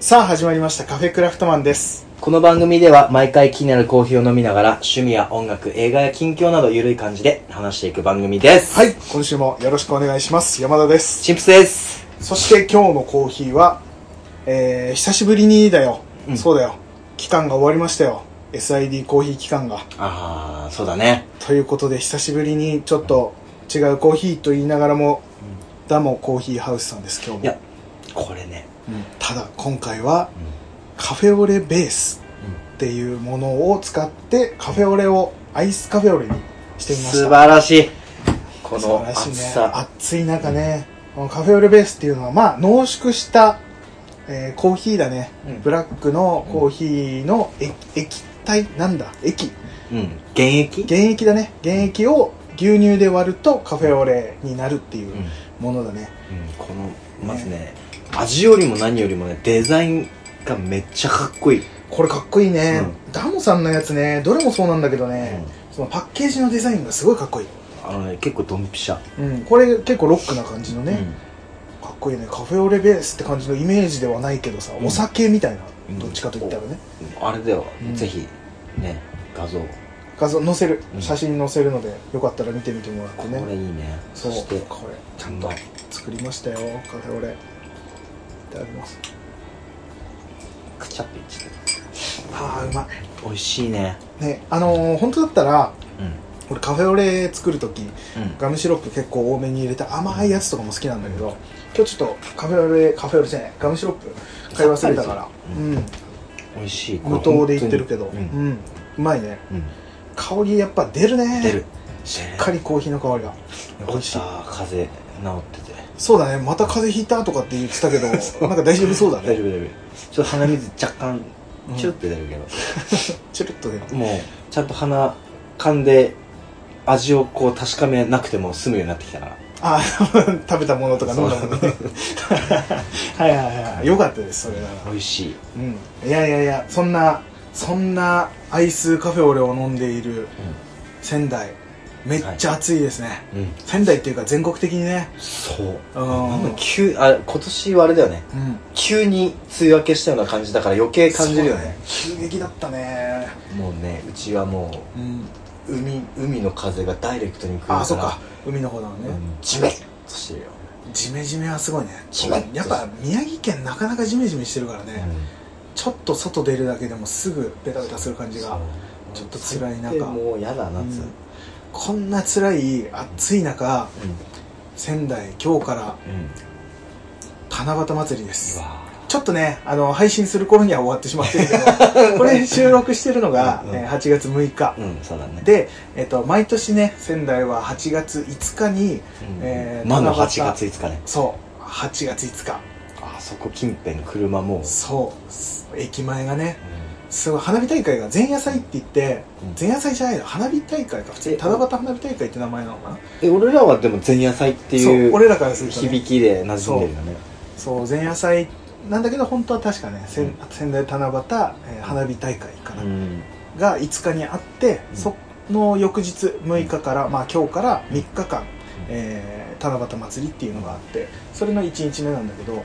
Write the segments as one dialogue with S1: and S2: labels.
S1: さあ始まりましたカフェクラフトマンです
S2: この番組では毎回気になるコーヒーを飲みながら趣味や音楽、映画や近況などゆるい感じで話していく番組です。
S1: はい。今週もよろしくお願いします山田です
S2: チンプスです。
S1: そして今日のコーヒーはえー、久しぶりにだよ、
S2: うん
S1: そうだよ期間が終わりましたよ SID コーヒー期間が
S2: あー、そうだね。
S1: ということで久しぶりにちょっと違うコーヒーと言いながらも、ダモコーヒーハウスさんです今
S2: い
S1: 日も
S2: や、これね。
S1: うんただ今回は
S2: うん
S1: カフェオレベースっていうものを使ってカフェオレをアイスカフェオレにしてみました
S2: 素晴らしい。こ
S1: 素
S2: の
S1: 晴らしい
S2: 暑
S1: ね
S2: さ。
S1: 暑い中ね、このカフェオレベースっていうのはまあ濃縮した、えーコーヒーだね、
S2: うん
S1: ブラックのコーヒーの液液体なんだ液
S2: うん。現役。
S1: 原液だね原液を牛乳で割るとカフェオレになるっていううん
S2: うん
S1: ものだね、
S2: この、まずね、味よりも何よりもね、デザインがめっちゃかっこいい。
S1: これかっこいいね、
S2: う
S1: ダモさんのやつねどれもそうなんだけどね、そのパッケージのデザインがすごいかっこいい、
S2: あのね、結構ドンピシャ。
S1: うん、これ結構ロックな感じのね、
S2: うん
S1: かっこいいねカフェオレベースって感じのイメージではないけどさ、
S2: うん
S1: お酒みたいな
S2: うん
S1: どっちかといったらね、
S2: あれだよ
S1: うん。
S2: ぜひ、ね、画像。
S1: 画像載せる、
S2: うん
S1: 写真載せるのでよかったら見てみてもらって
S2: こ
S1: ね
S2: れいいね。
S1: そ
S2: そうして、
S1: これ
S2: ちゃんと。
S1: 作りましたよカフェオレいただきます
S2: くちゃって言って
S1: ああうま
S2: 美味しいね
S1: いねあのー、本当だったら
S2: うん
S1: 俺カフェオレ作る時
S2: うん
S1: ガムシロップ結構多めに入れた甘いやつとかも好きなんだけど今日ちょっとカフェオレカフェオレじゃないガムシロップ買い忘れたからう、
S2: うん美味しい
S1: 無糖で言ってるけど
S2: う
S1: うん、
S2: ん、
S1: うまいね
S2: うん
S1: 香りやっぱ出るね
S2: 出る
S1: しっかりコーヒーの香りが
S2: よ
S1: 美
S2: かっ
S1: 味しい
S2: た風邪治ってて
S1: そうだねまた風邪ひいたとかって言ってたけどなんか大丈夫そうだ
S2: 大
S1: ね
S2: 丈夫大丈夫ちょっと鼻水若干
S1: うん
S2: チュッて出るけど、
S1: チュルッと出る
S2: もうちゃんと鼻噛んで味をこう確かめなくても済むようになってきたから
S1: あ 食べたものとか飲んだものねはいはいはいよかったですそれなら
S2: 美味しい、
S1: うんいやいやいやそんなそんなアイスカフェオレを飲んでいる仙台めっちゃ暑いですね、
S2: うんうん、
S1: 仙台っていうか全国的にね
S2: そう
S1: うん
S2: なんか急あ今年はあれだよね
S1: うん
S2: 急に梅雨明けしたような感じだから余計感じるよね
S1: そうだ急激だったね
S2: もうねうちはもう
S1: うん
S2: 海海の風がダイレクトに来るから
S1: あそっか海の方だもんね、
S2: うんジメッとしてるよ、
S1: ジメジメはすごいね
S2: ジメッと
S1: やっぱ宮城県なかなかジメジメしてるからね、ちょっと外出るだけでもすぐベタベタする感じがちょっと辛い中
S2: でもうやだ夏、
S1: うんこんな辛い暑い中仙台今日から
S2: うんうん
S1: 七夕祭りで
S2: う
S1: す
S2: わ
S1: ちょっとねあの配信する頃には終わってしまってるけど これ収録してるのが、
S2: うんうん
S1: えー8月6日
S2: ー、うんそうだね、
S1: で、えっと毎年ね仙台は8月5日に
S2: うん
S1: えー
S2: まだ
S1: 七夕
S2: 8月5日ね
S1: そう8月5日
S2: あそこ近辺車もう、
S1: そう駅前がねすごい花火大会が前夜祭って言って、
S2: うん
S1: 前夜祭じゃないの花火大会か普通に
S2: え
S1: 七夕花火大会って名前なのかなっ
S2: え俺らはでも前夜祭ってい
S1: そう俺
S2: う
S1: らからすると、ね、
S2: 響きで馴染んでるよね
S1: そう前夜祭なんだけど本当は確かね、せん
S2: うん
S1: 仙台七夕、えー花火大会かな、
S2: ん
S1: が5日にあって、
S2: うん
S1: その翌日6日から、まあ今日から3日間、えー七夕祭りっていうのがあってそれの1日目なんだけど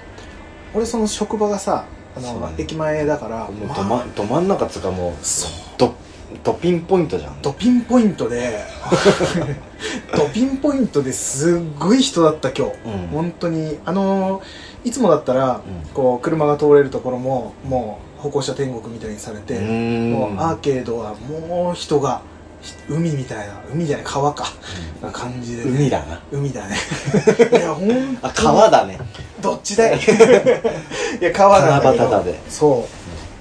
S1: 俺その職場がさあ
S2: そ
S1: の、
S2: うだね
S1: 駅前だから
S2: もう
S1: ま
S2: ど,、
S1: あ
S2: ま、ど真ん中っつうかもう
S1: そう
S2: どどピンポイントじゃん
S1: ドピンポイント でドピンポイントですっごい人だった今日
S2: うん
S1: 本当にあのーいつもだったら、
S2: うん
S1: こう車が通れるところももう歩行者天国みたいにされ
S2: う
S1: て、
S2: ん
S1: もうアーケードはもう人がひ海みたいな海じゃない川かな感じで、ね、
S2: 海だな
S1: 海 だねいや本当
S2: あ川だね
S1: どっちだよ いや川なんだけど
S2: 七夕だで
S1: そ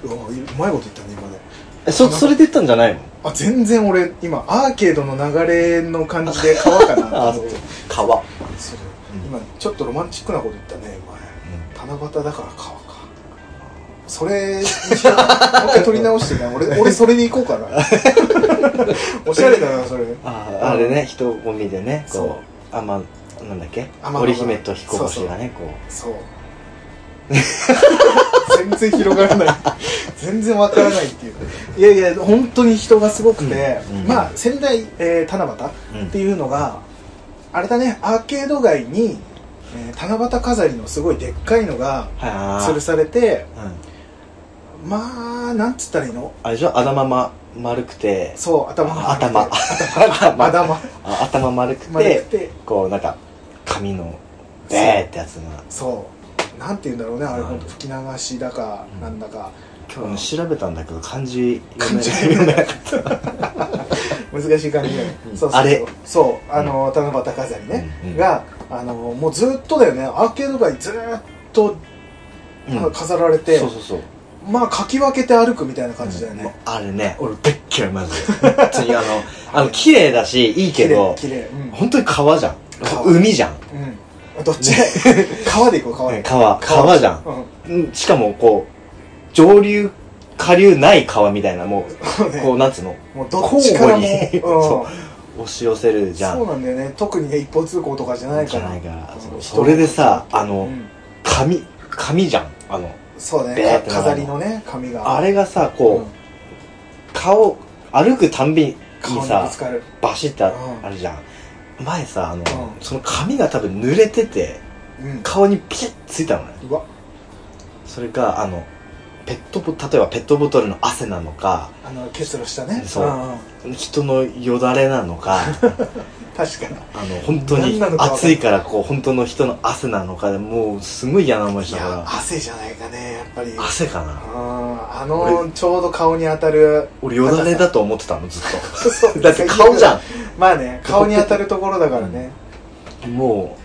S1: ううわうまいこと言ったね今ね
S2: えそそれで言ったんじゃないの
S1: あ全然俺今アーケードの流れの感じで川かなと
S2: あ
S1: 思 って
S2: 川
S1: そう今ちょっとロマンチックなこと言ったね今ね七夕だから川かそれにし ようもう一回撮り直してね俺俺それに行こう かなおしゃれだなそれ
S2: あああれね人混みでね
S1: そ
S2: こうあまなんだっけ
S1: 天の川
S2: 織姫と彦星がねこう
S1: そう 全然広がらない全然わからないっていういやいや本当に人がすごくて、
S2: うんうん
S1: まあ仙台、えー七夕っていうのが、あれだねアーケード街に、えー七夕飾りのすごいでっかいのが
S2: はいあー
S1: 吊るされて
S2: う
S1: まあなんつったらいいの
S2: あれでしょ頭ま丸くて
S1: そう頭が
S2: 頭 頭
S1: 頭
S2: 頭
S1: 頭
S2: あ頭丸く
S1: 丸く
S2: て
S1: て
S2: こうなんか髪のベーってやつが
S1: そうなんて言うんだろうねあれ
S2: はい
S1: 本当吹き流しだか
S2: うん
S1: なんだか
S2: 今日調べたんだけど漢字読
S1: 漢
S2: め
S1: 字
S2: 読めなかった
S1: 難しい感じだよね
S2: うん
S1: そうそうそう
S2: あれ
S1: そうあの七夕飾りね
S2: うんうん
S1: があのもうずっとだよねアーケード街ずーっとなんか飾られて
S2: そうそうそう
S1: まあかき分けて歩くみたいな感じだよ
S2: もう
S1: ね
S2: あれね 俺大っ嫌いマジで本当にあのあの綺麗だしいいけど
S1: 綺麗綺麗うん
S2: 本当に川じゃん
S1: 川
S2: 海じゃん
S1: うんどっ ち川で行こう川で
S2: 川川じゃん
S1: うん
S2: うんしかもこう上流下流ない川みたいなも
S1: そう
S2: う
S1: ね
S2: こうなんつうの
S1: もうどっちからも
S2: 交互に
S1: うん
S2: そう押し寄せるじゃ
S1: そうんなんだよね特にね一方通行とかじゃない
S2: じ
S1: か
S2: ゃ
S1: ら
S2: ないから
S1: うん
S2: そう
S1: 人
S2: それでさあ
S1: う
S2: の
S1: ん
S2: 紙紙じゃんあの
S1: そうだ
S2: ベー
S1: ね
S2: ってなる
S1: 飾りのね紙が
S2: あれがさ
S1: う
S2: こ
S1: ん
S2: う顔歩くたんびに
S1: 顔にぶ
S2: さ
S1: つかる
S2: バシッてあ
S1: うん
S2: あるじゃん前さあの
S1: うん
S2: その紙が多分濡れてて
S1: うん
S2: 顔にピシッついたのね
S1: うわ
S2: それがあのペットボ例えばペットボトルの汗なのか
S1: あの結露したね
S2: そうん
S1: ん
S2: 人のよだれな のか
S1: 確かに
S2: あの本当
S1: 何
S2: に
S1: なのか分かんな
S2: 暑
S1: い
S2: いからこう本当の人の汗なのかでもうすごい嫌な思い
S1: い
S2: した
S1: や
S2: か
S1: 汗じゃないかねやっぱり
S2: ら汗かな
S1: ああのちょうど顔に当たる
S2: 俺よだれだと思ってたのずっ
S1: そう
S2: と だって顔じゃ
S1: まあね顔に当たるところだからね
S2: んも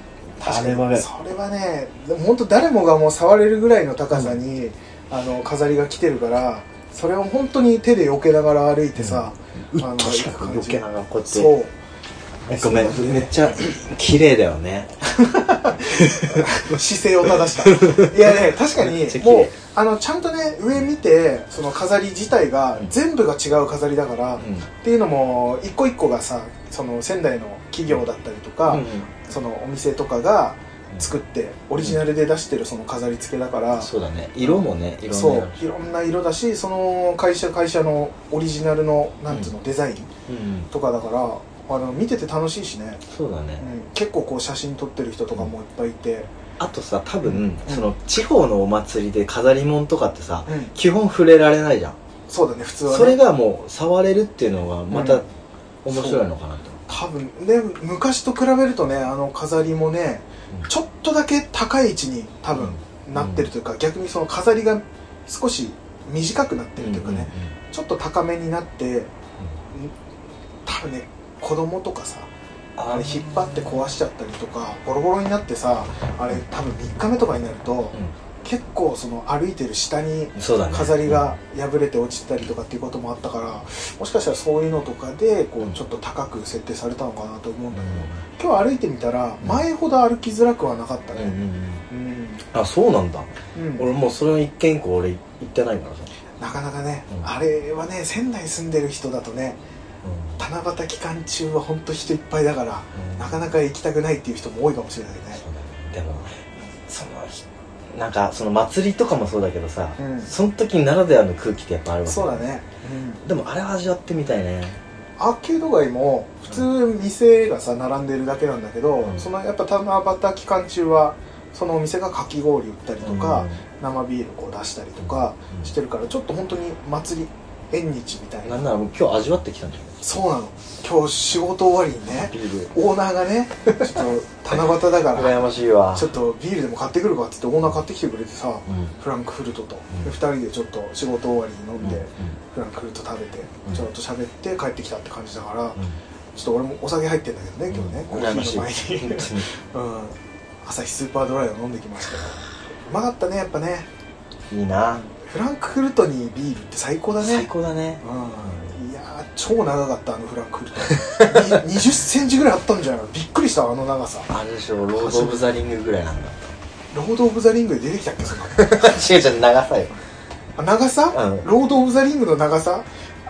S2: うあ
S1: 確
S2: れ
S1: か
S2: は
S1: にそれはねでも本当誰もがもう触れるぐらいの高さに、あの飾りが来てるからそれを本当に手で避けながら歩いてさ、
S2: うっ
S1: あの
S2: としか
S1: 行く
S2: く
S1: 感
S2: 余
S1: じ
S2: 計ながらこうやって
S1: そう
S2: えごめ
S1: そうん
S2: めっちゃ綺麗だよね
S1: 姿勢を正 したいやね確か
S2: め
S1: に
S2: っちゃ綺麗
S1: もうあのちゃんとね上見てその飾り自体が
S2: うん
S1: 全部が違う飾りだから、
S2: う
S1: っ
S2: ん
S1: ていうのも一個一個がさその仙台の企業だったりとか、そのお店とかが作ってオリジナルで出してるその飾り付けだから、
S2: そうだね色もね色
S1: そ
S2: も
S1: ういろんな色だしその会社会社のオリジナルのなんつうの、デザイン
S2: うん
S1: とかだからあの見てて楽しいしね、
S2: そうだ
S1: う
S2: ね
S1: ん、結構こう写真撮ってる人とかもいっぱいいて、
S2: あとさ多
S1: う
S2: 分
S1: ん
S2: その地方のお祭りで飾り物とかってさ
S1: うん、
S2: 基本触れられないじゃん
S1: そうだね普通はね
S2: それがもう触れるっていうのがま
S1: う
S2: た
S1: ん
S2: 面白いのかなと
S1: 多分で昔と比べるとねあの飾りもね、
S2: うん
S1: ちょっとだけ高い位置に多分なってるというか、逆にその飾りが少し短くなってるというかね、ちょっと高めになって、多分ね子供とかさあれ引っ張って壊しちゃったりとかボロボロになってさあれ多分3日目とかになると、結構その歩いてる下に
S2: うんそうだね
S1: 飾りが破れて落ちたりとかっていうこともあったからもしかしたらそういうのとかでこ
S2: うん
S1: うちょっと高く設定されたのかなと思う
S2: うんん
S1: だけど今日歩いてみたら
S2: うん
S1: 前ほど歩きづらくはなかった
S2: うんうん
S1: ねうん、
S2: あそうなんだ
S1: うん
S2: 俺もうそれの一件以降俺行ってないからさ
S1: なかなかね、
S2: うん
S1: あれはね仙台住んでる人だとね七夕期間中は本当人いっぱいだから
S2: うん
S1: なかなか行きたくないっていう人も多いかもしれないね
S2: そうだねでもその日なんかその祭りとかもそうだけどさ
S1: うん
S2: その時ならではの空気ってやっぱあるわけ
S1: そうだね、うん
S2: でもあれは味わってみたいね
S1: アーケード街も普通店がさ並んでるだけなんだけど、
S2: うん
S1: そのやっぱ七夕期間中はそのお店がかき氷売ったりとか、生ビールこう出したりとか
S2: うん
S1: してるからちょっと本当に祭り縁日みたい
S2: な
S1: なん
S2: ならもう今日味わってきたんだよ
S1: そうなの今日仕事終わりにね
S2: ビール
S1: オーナーがねちょっと七夕だか
S2: 羨
S1: ら
S2: ましいわ
S1: ちょっとビールでも買ってくるかっつってオーナー買ってきてくれてさ
S2: うん
S1: フランクフルトと、
S2: う
S1: で
S2: ん
S1: 2人でちょっと仕事終わりに飲んで、
S2: うん
S1: フランクフルト食べて
S2: うん
S1: ちょっと喋って帰ってきたって感じだから、
S2: うん
S1: ちょっと俺もお酒入ってんだけどね今日ね、コ
S2: 羨
S1: ー
S2: ま
S1: ヒ
S2: し
S1: ー
S2: い
S1: の前に、
S2: 本当に
S1: うん、朝日スーパードライを飲んできましたけどうまかったねやっぱね
S2: いいな、
S1: フランクフルトにビールって最高だね
S2: 最高だね
S1: うん、いやー超長かったあのフランクフルト2 0センチぐらいあったんじゃないのびっくりしたあの長さ
S2: あれでしょロード・オブ・ザ・リングぐらいなんだ
S1: ロード・オブ・ザ・リングで出てきたっけそんなの
S2: 違う違う長さよ
S1: あ長さ、
S2: うん
S1: ロード・オブ・ザ・リングの長さ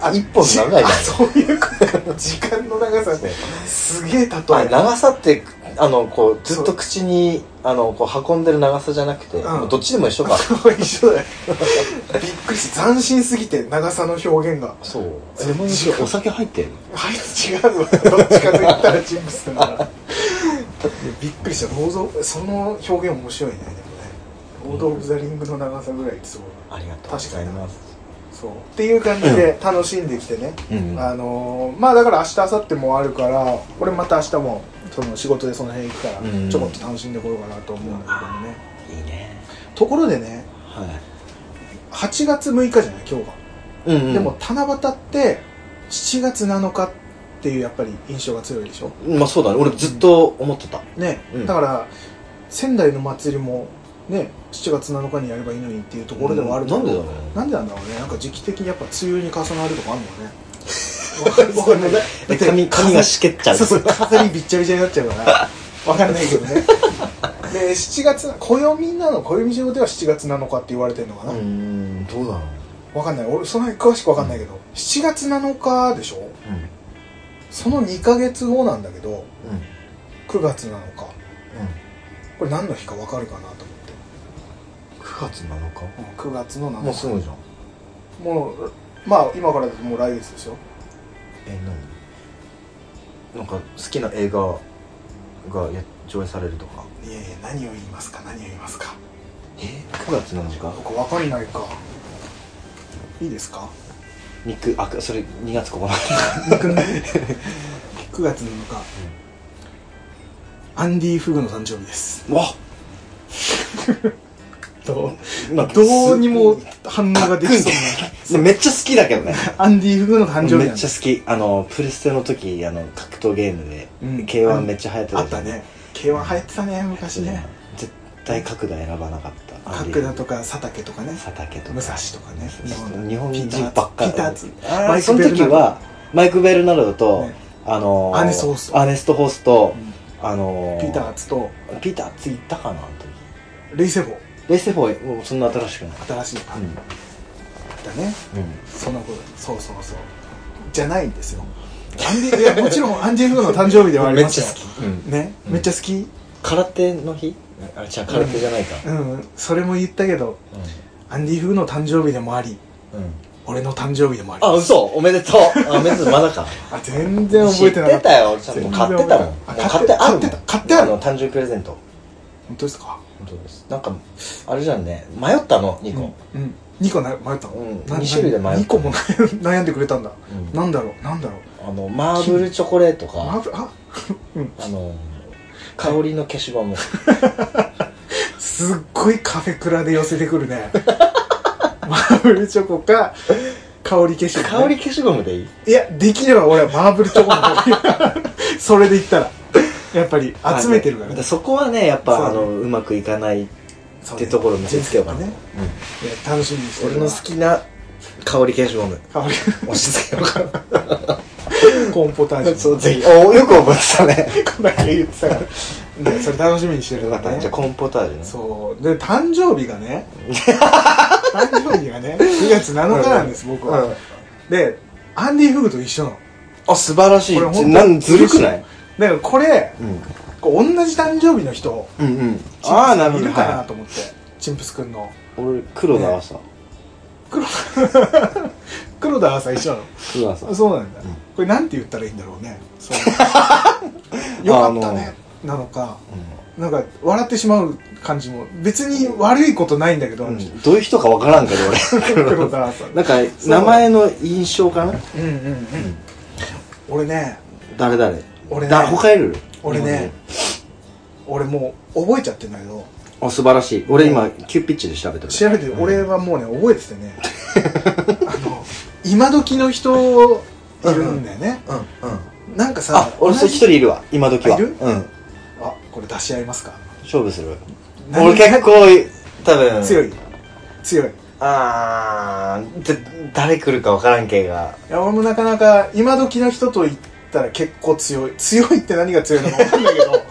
S1: あ
S2: 一本長いじゃん
S1: あそういうことか時間の長さってすげえ例え
S2: あれ長さってあのこうずっと口にあのこう運んでる長さじゃなくて、
S1: うん
S2: もうどっちでも一緒か
S1: 一緒だよびっくりして斬新すぎて長さの表現が
S2: そう
S1: そっち
S2: レモン汁お酒入ってる
S1: はい違うわどっちかと言ったらジンクスだからびっくりしたロードその表現面白いねでもねオード・オブ・ザ・リングの長さぐらいってすごい
S2: ありがとうございます
S1: そうっていう感じで楽しんできてね、
S2: うん
S1: あのーまあだから明日明後日もあるから俺また明日もその仕事でその辺行くか
S2: うん
S1: らちょこっと楽しんでこようかなと思うんだけどもね、
S2: いいね
S1: ところでね
S2: は
S1: 8月6日じゃない今日が、
S2: いうん、うん、
S1: でも七夕って7月7日っていうやっぱり印象が強いでしょ
S2: まあそうだね俺ずっと思ってた
S1: ね、
S2: うん
S1: だから仙台の祭りもね7月7日にやればいいのにっていうところではある
S2: なんでだ
S1: だ
S2: ろうね
S1: なんでなんだろうねなんか時期的にやっぱ梅雨に重なるとかあるの かねわかんわかんないだ
S2: で
S1: って
S2: 髪髪がしけっちゃう
S1: そうそう飾りびっちゃびちゃになっちゃうからわかんないけどね で7月暦なの暦上では7月7日って言われてるのかな、
S2: うーんどうだろう
S1: わかんない俺その辺詳しくわかんないけど7月7日でしょ
S2: うん
S1: その2ヶ月後なんだけど
S2: うん
S1: 9月7日
S2: うん
S1: これ何の日かわかるかなと思って
S2: 9月7日
S1: 9月の7日
S2: もうすぐじゃん
S1: もうまあ今からだともう来月ですよ
S2: え何なんか好きな映画がや上映されるとか
S1: いやいや何を言いますか何を言いますか
S2: え9月7日
S1: 僕わかんないかいいですか
S2: 肉あそれ2月9
S1: 9月7日、アンディ・フグの誕生日です
S2: 日わ
S1: ど
S2: なん
S1: う
S2: か
S1: どうにも反応ができそう
S2: すめっちゃ好きだけどね
S1: なアンディ・フグの誕生日
S2: め
S1: な
S2: っ
S1: ん
S2: ちゃ
S1: で
S2: 好きあのプレステの時あの格闘ゲームで、
S1: うん
S2: K1 めっちゃ流行ってた
S1: あったね K1 流行ってたね昔ね
S2: 絶対角田選ばなかった
S1: 角田とか佐竹とかね
S2: 佐竹とか
S1: 武蔵とかね
S2: そうそうそう日
S1: 日
S2: 本
S1: 本の
S2: 人ばっかり
S1: ピーターツピーターツ
S2: あー
S1: マイク
S2: その
S1: ベルナルド
S2: 時はマイク・ベルナルドと、
S1: ね
S2: あのー、
S1: アーネストホースト
S2: アーネストホースト
S1: うん
S2: あの
S1: ピーターツと
S2: ーピーター次行ったかなあの時
S1: レイセフォー
S2: レイセフォーもうそんな新しくない
S1: 新しいのか、だね
S2: うん、
S1: そのことそうそうそうじゃないんです よアンディいやもちろんアンディ・フグの誕生日ではあり
S2: めっ
S1: ます
S2: ちゃ
S1: よ
S2: 好き、うん
S1: ね
S2: うん
S1: めっちゃ好き
S2: 空手の日あれ違う空手じゃないか
S1: うんそれも言ったけど
S2: う
S1: アンディ・フグの誕生日でもあり
S2: ん、うん
S1: 俺の誕生日でもあり
S2: あ嘘おめでとうあおめでとうまだか
S1: あ 全然覚えてな
S2: 知
S1: か
S2: っ
S1: ってた
S2: たよちゃんと買ってたもんもう
S1: あ
S2: 買ってあるもん
S1: 買ってた買ってある
S2: の誕生日プレゼント
S1: 本当ですか
S2: 本当ですなんかあれじゃんね迷ったの2個、
S1: うん、うん、2個な迷ったの、
S2: うん
S1: な
S2: 二種類で迷った
S1: な二個も悩ん悩んでくれたんだ、
S2: うん
S1: なんだろうなんだろう
S2: あのマーブルチョコレート
S1: マー
S2: か
S1: ブあうん
S2: あの香りの消しゴム
S1: すっごいカフェクラで寄せてくるね マーブルチョコか香り消しゴムね、
S2: 香り消しゴムでいい
S1: いや、できれば俺はマーブルチョコの方が それで言ったら。やっぱり集めてるからね。
S2: そこはねやっぱ
S1: そう
S2: あ
S1: ね
S2: のうまくいかないっ
S1: そう
S2: て
S1: ね
S2: ところを見せつけようかな、
S1: 人生
S2: う
S1: ねいや楽しみにして
S2: ん、俺の好きな香り消しゴム
S1: 香
S2: 押し付けようかな
S1: り、コーンポタージュ。
S2: そうぜひおよく覚えてたね
S1: こんだけ言ってたから。ねそれ楽しみにしてる
S2: よ
S1: か
S2: かっ
S1: ら
S2: た
S1: ね
S2: じゃあ。コーンポタージュね
S1: そう。で、誕生日が ね、誕生日がね、2月7日なんです、僕は。で、アンディ・フグと一緒なの。
S2: あ素晴らしい
S1: これ本当
S2: なんずるくない、
S1: だからこれ、
S2: うん、
S1: こう同じ誕生日の人、
S2: うんうんああなるほ
S1: い
S2: ど
S1: るかな
S2: は
S1: と思って、チンプスくんの。
S2: い俺黒田朝
S1: 黒黒田 朝一緒なの。
S2: 黒田朝
S1: そうなんだ、
S2: うん
S1: これなんて言ったらいいんだろうねそう よかったねなのかなんか笑ってしまう感じも別に悪いことないんだけど、
S2: うんうんどういう人かわからんけど俺
S1: 黒田さん
S2: なんか名前の印象かな
S1: うんうんうん、俺ね
S2: 誰誰
S1: 俺ね
S2: だ他いる
S1: 俺ね俺もう覚えちゃってんだけど
S2: あ素晴らしい俺今急ピッチで調べてる
S1: 調べて、俺はもうね覚えててねあの今時の人いるんだよね、
S2: うんうん
S1: なんかさ
S2: あ俺そ
S1: 同
S2: れ一
S1: じ
S2: 人いるわ今時は
S1: あいる
S2: うん
S1: あこれ出し合いますか
S2: 勝負する
S1: 何
S2: 俺結構多分
S1: 強
S2: い
S1: い強い
S2: あーぜ誰来るかわからんけが
S1: いや俺もなかなか今時の人と言ったら結構強い強いって何が強いのか分かんないけ ど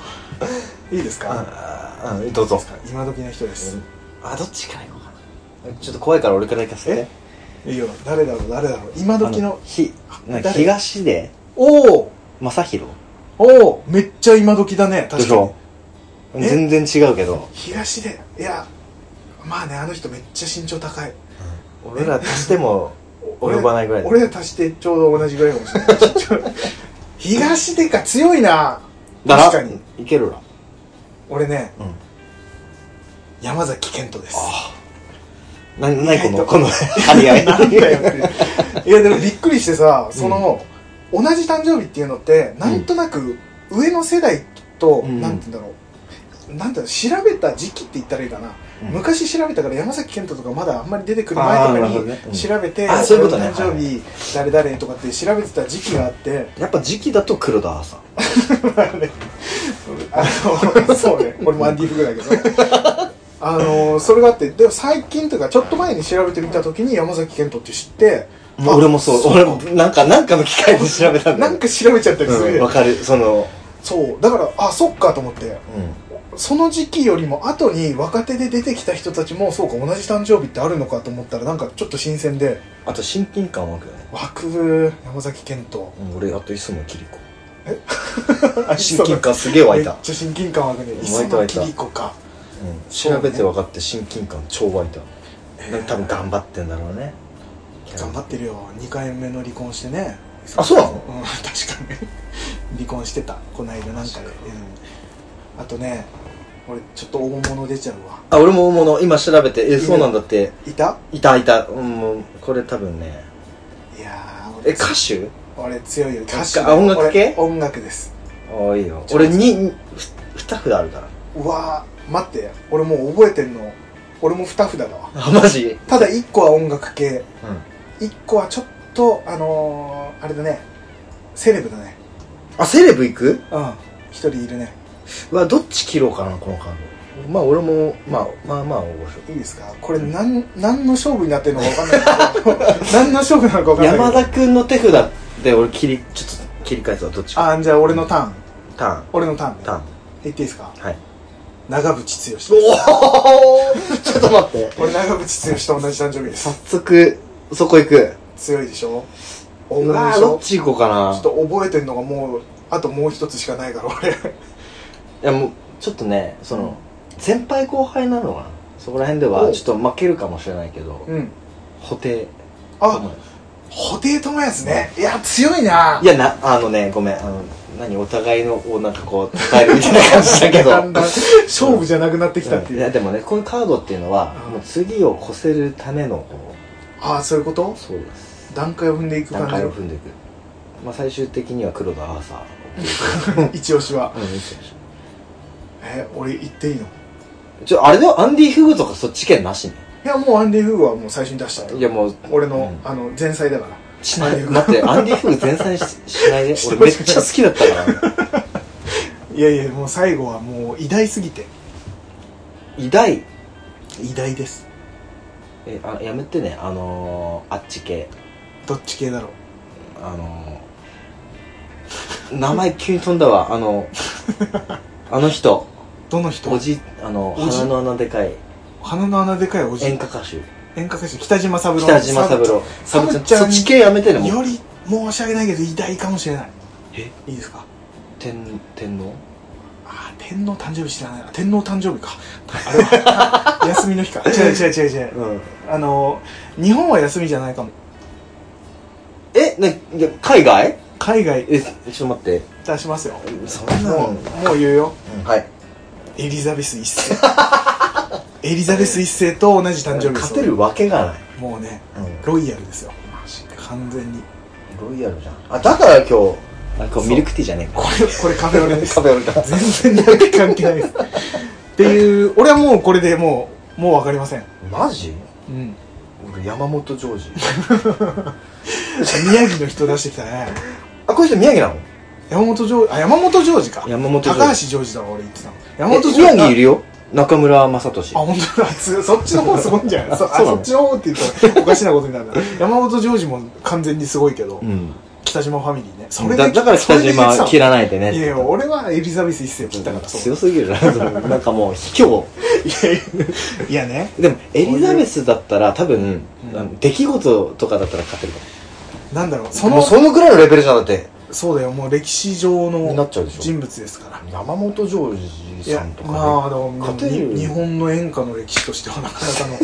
S1: いいですか
S2: あうんどうぞ
S1: 今時の人です、
S2: あどっちから行こうかなちょっと怖いから俺から行かせて
S1: えいいよ誰だろう誰だろう今時の
S2: あひなんか
S1: 誰
S2: 東出
S1: おお
S2: 正宏
S1: おおめっちゃ今時だね
S2: で
S1: 確
S2: し
S1: かに
S2: ょ
S1: え
S2: 全然違うけど
S1: 東でいやまあねあの人めっちゃ身長高い
S2: 俺ら足しても及ばないぐらいだ
S1: 俺俺ら足してちょうど同じぐらいかもしれない身長東でか強いな
S2: だ
S1: 確か
S2: ら
S1: に
S2: いけるら
S1: 俺ね
S2: うん
S1: 山崎賢人です
S2: な、なにこ
S1: は
S2: の、
S1: い
S2: こ の、張り合い。
S1: なんだよっていやでもびっくりしてさその、同じ誕生日っていうのってなんとなく上の世代と、
S2: うん
S1: なんて言うんだろうなんていうの調べた時期って言ったらいいかな、
S2: うん
S1: 昔調べたから山崎賢人とかまだあんまり出てくる前と
S2: あーな
S1: か
S2: るほど
S1: に、
S2: ねうん
S1: 調べて
S2: あそういうことね
S1: 俺の誕生日、誰々とかって調べてた時期があって
S2: やっぱ時期だと黒田さん。
S1: あのそうね俺もアンディ・フグだけど あのそれがあってでも最近というかちょっと前に調べてみた時に山崎賢人って知って
S2: もう俺もそう。俺も、なんか、なんかの機会で調べたんだ
S1: な
S2: よ
S1: んか調べちゃったりする
S2: う
S1: じゃん
S2: んわかる。その、
S1: そうだからあそっかと思って
S2: う
S1: その時期よりも後に若手で出てきた人たちもそうか同じ誕生日ってあるのかと思ったらなんかちょっと新鮮で
S2: ん。あと親近感湧くよね。
S1: 枠山崎賢人
S2: うん俺、あと磯野キリコ。
S1: あ
S2: 親近感すげえ湧いた
S1: めっ。ちゃ親近感湧くね
S2: 湧いた
S1: 磯
S2: 湧
S1: 野
S2: いた
S1: キリコか
S2: うん調べて分かって親近感超湧いた。なんか多分頑張ってんだろうね。
S1: 頑張ってるよ2回目の離婚してね
S2: あそうなの
S1: うん、確かに離婚してたこの間なんかで、うんあとね俺ちょっと大物出ちゃうわ
S2: あ、俺も思うの、今調べて、え、そうなんだって、
S1: いた
S2: いたいた。うん、もう、これ多分ね。
S1: いやー
S2: え、
S1: 俺
S2: 歌手
S1: 俺強いよ歌手
S2: あ音楽系
S1: 俺音楽です
S2: ああ、いいよ。俺、に、二札あるから。
S1: うわー待って俺もう覚えてんの俺も二札だわ
S2: あ、マジ
S1: ただ一個は音楽系
S2: うん。
S1: 一個はちょっとあのー、あれだねセレブだね
S2: あ、セレブ行く
S1: うん一人いるね
S2: うわ、どっち切ろうかな、このカード。まあ、俺も、まあ、まあまあ、面白い。
S1: いいですかこれ何何の勝負になってるのか分かんないけど何の勝負なのか分かんないけど
S2: 山田君の手札で俺切り、ちょっと切り替えたらどっちか。
S1: あじゃあ俺のターン
S2: ターン。
S1: 俺のターンね
S2: ターン。
S1: 言っていいですか
S2: はい。
S1: 長渕剛です
S2: おお ちょっと待って。
S1: 俺長渕剛と同じ誕生日です
S2: 早速、そこ行く。
S1: 強いでしょ大
S2: う
S1: 物
S2: わ
S1: で
S2: ー
S1: し
S2: どっ
S1: ょ
S2: ち行こう
S1: ち
S2: か
S1: ょ
S2: な
S1: っ。と覚えてるのがもうあともう一つしかないから 俺
S2: いや、もう、ちょっとね、その、先輩後輩なのかな。そこら辺では、
S1: お
S2: ちょっと負けるかもしれないけど、
S1: うん
S2: 補定。
S1: あ布袋寅泰ねいや強いない
S2: や、な、あのね、ごめん、あの、何、お互いの、をなんかこう、伝えるみた いな感じだけど。
S1: だんだん勝負じゃなくなってきたって
S2: うん
S1: い、
S2: いうやでもねこういうカードっていうのは、
S1: うん
S2: もう次を越せるためのこ
S1: ああそういうこと
S2: うそうです
S1: 段階を踏んでいく
S2: 段
S1: 感
S2: 階を
S1: じ
S2: 踏んでいく、まあ、最終的には黒田アーサ
S1: 一押しは
S2: ー、うん、いい選手
S1: え俺言っていいのい
S2: ちょあれだよアンディ・フグとかそっち系なしね
S1: やもうアンディ・フグはもう最初に出したと
S2: いやもう
S1: 俺の、
S2: うん
S1: あの前菜だから
S2: しない
S1: アンディフグ
S2: 待ってアンディ・フグ全然ししないで
S1: して
S2: 俺
S1: ま
S2: めっ
S1: した
S2: ちゃ好きだった から
S1: いやいやもう最後はもう偉大すぎて
S2: 偉大
S1: 偉大です
S2: えあやめてねあのー、あっち系
S1: どっち系だろう
S2: あのー、名前急に飛んだわあ のあの人
S1: どの人
S2: おじあの
S1: おじ
S2: 鼻の穴でかい
S1: 鼻の穴でかいおじ
S2: 演歌歌手
S1: 演歌歌手北島三郎
S2: 北島三郎
S1: サブ
S2: サブ
S1: ちゃん
S2: そっち系やめてねも
S1: よ
S2: う
S1: り申し訳ないけど偉大かもしれない
S2: え
S1: いいですか
S2: 天天皇
S1: ああ天皇誕生日知らないな天皇誕生日かあれは 休みの日か違う違う違う違う
S2: うん
S1: あのー日本は休みじゃないかも
S2: えねいや海外
S1: 海外
S2: えちょっと待って
S1: 出しますよ
S2: そんな
S1: も
S2: の
S1: うもう言うよ
S2: うんはい
S1: エリザベス一世 エリザベス一世と同じ誕生日です
S2: 勝てるわけがない
S1: もうね
S2: うん
S1: ロイヤルですよ完全に
S2: ロイヤルじゃんあだから今日あ今日ミルクティーじゃねえか
S1: これこれカフェオレです
S2: カフェオレだ
S1: 全然関係ないですっていう俺はもうこれでもうもう分かりません、
S2: マジ
S1: うん、
S2: 俺山本ジョー ジ
S1: 宮城の人出してきたね
S2: あこの人宮城なの
S1: 山本ジョージあ山本ジョージか
S2: 山本ジョージ
S1: 高橋ジョージだわ俺言ってたの山
S2: え
S1: 本ジョー
S2: 宮
S1: ジ
S2: 城いるよ中村雅俊
S1: あ本当だつそっちの方すごいんじゃないそあ
S2: そうなの
S1: そっちの方って言ったらおかしなことになるな山本ジョージも完全にすごいけど、
S2: うん
S1: 北島ファミリーねそ
S2: だだから北島切
S1: い
S2: らないでね
S1: いやいや俺はエリザベス一世を切ったからそう
S2: 強すぎるなそ のなんかもう卑怯
S1: いやね
S2: でもエリザベスだったら多分、
S1: うん
S2: あの出来事とかだったら勝てるかも
S1: なんだろうそ
S2: も
S1: の
S2: うそのぐらいのレベルじゃなくて
S1: そうだよもう歴史上
S2: にな
S1: の
S2: っちゃうでしょ
S1: 人物ですから
S2: 山本ジョー
S1: い
S2: ジ
S1: や
S2: さんとかね、
S1: まあでも
S2: 勝てる
S1: に日本の演歌の歴史としてはなかな かの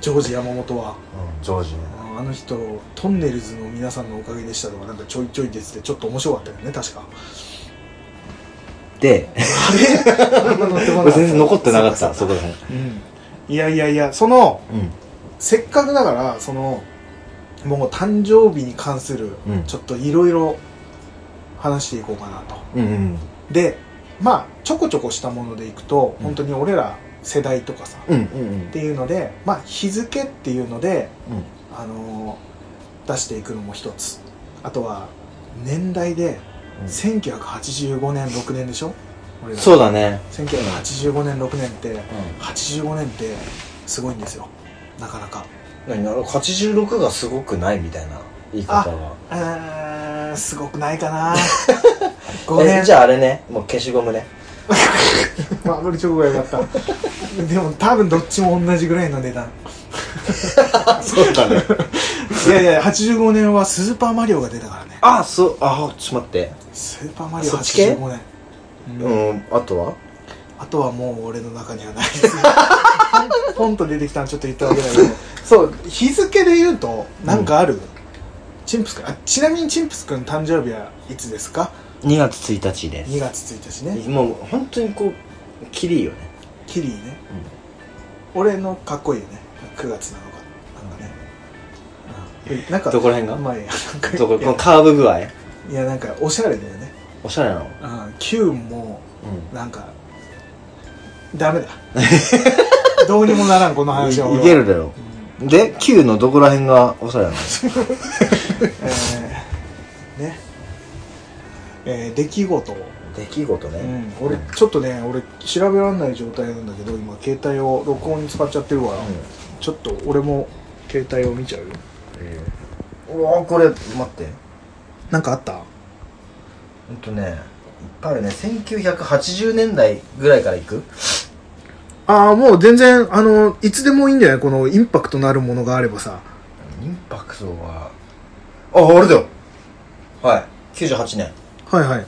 S1: ジョージ山本は
S2: うんジョージね
S1: あの人トンネルズの皆さんのおかげでしたとかなんかちょいちょい出ててちょっと面白かったよね確 か
S2: で
S1: あれ
S2: 俺全然残ってなかったそこら辺
S1: うんいやいやいやその
S2: うん
S1: せっかくだからそのもう誕生日に関する
S2: うん
S1: ちょっといろいろ話していこうかなと
S2: うんうん
S1: でまあちょこちょこしたものでいくと
S2: うん
S1: 本当に俺ら世代とかさ、
S2: うんうん
S1: っ
S2: う
S1: ていうのでまあ日付っていうので、
S2: うん
S1: あのー出していくのも一つあとは年代で
S2: うん
S1: 1985年6年でしょ俺
S2: ん
S1: ら
S2: そうだね
S1: 1985年6年って
S2: うん
S1: 85年ってすごいんですよなかなか
S2: 何あの86がすごくないみたいな言い方が
S1: うーんすごくないか な
S2: え
S1: 5年
S2: じゃああれねもう消しゴムね
S1: まあ俺チョコがよかった でも多分どっちも同じぐらいの値段
S2: そうだね
S1: いやいや85年はスーパーマリオが出たからね
S2: あそうあちょっと待って
S1: スーパーマリオ
S2: そっち系
S1: 85年うん
S2: うんあとは
S1: あとはもう俺の中には ないですねポンと出てきたのちょっと言ったわけだけどそう日付で言うとなんかある、チンプスくんあちなみにチンプスくん誕生日はいつですか
S2: 2月1日で
S1: 2月1日ね
S2: もう本当にこうキリいいよね
S1: キリーね、俺のかっこいいよね9月なのかなんかね、うんなんか
S2: どこら辺が
S1: まあいいやなんか
S2: そうこ
S1: い
S2: れこの
S1: や
S2: カーブ具合
S1: いやなんかおしゃれだよね、
S2: おしゃれなの
S1: うん、9もなんかダ メだどうにもならんこの話は俺
S2: い
S1: はい
S2: けるだろ
S1: うん
S2: で9のどこら辺がおしゃれなの
S1: えーねえー出来事を、
S2: 出来事
S1: う
S2: ね
S1: ん、俺ちょっとね俺調べられない状態なんだけど今携帯を録音に使っちゃってるから、ちょっと俺も携帯を見ちゃうよ
S2: ええうわこれ待って
S1: なんかあった
S2: ほんとねいっぱいあるね1980年代ぐらいからいく
S1: ああもう全然あのいつでもいいんじゃないこのインパクトのあるものがあればさ
S2: インパクトはああれだよはい98年
S1: はいはい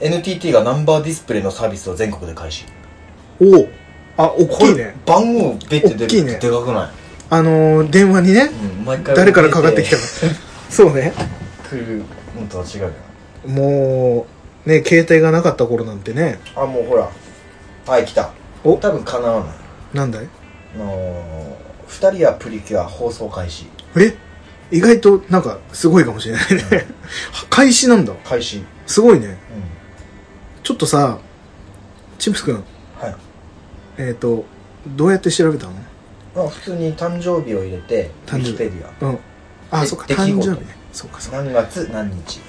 S2: NTT がナンバーディスプレイのサービスを全国で開始
S1: おおあ大きい
S2: これ
S1: ね
S2: 番号ベッて出
S1: 大きい
S2: る
S1: ね
S2: ってでかくない
S1: あのー電話にね
S2: うん毎回
S1: 誰からかかって きたかそうね
S2: 来るのとは違うよ
S1: もうね携帯がなかった頃なんてね
S2: あもうほらはい来た
S1: お
S2: 多分かなわない
S1: なんだい
S2: あの2人はプリキュア放送開始
S1: え意外となんかすごいかもしれないね、 開始なんだ
S2: 開始うん
S1: すごいねちょっとさチップス君
S2: はい
S1: えっ、とどうやって調べたの
S2: まあ普通に誕生日を入れてウ
S1: 誕生
S2: ィ
S1: 日
S2: キペディア
S1: うんあ
S2: で
S1: そっか
S2: 出来
S1: 誕
S2: 事
S1: 生日ねそうかそうか
S2: 何月何日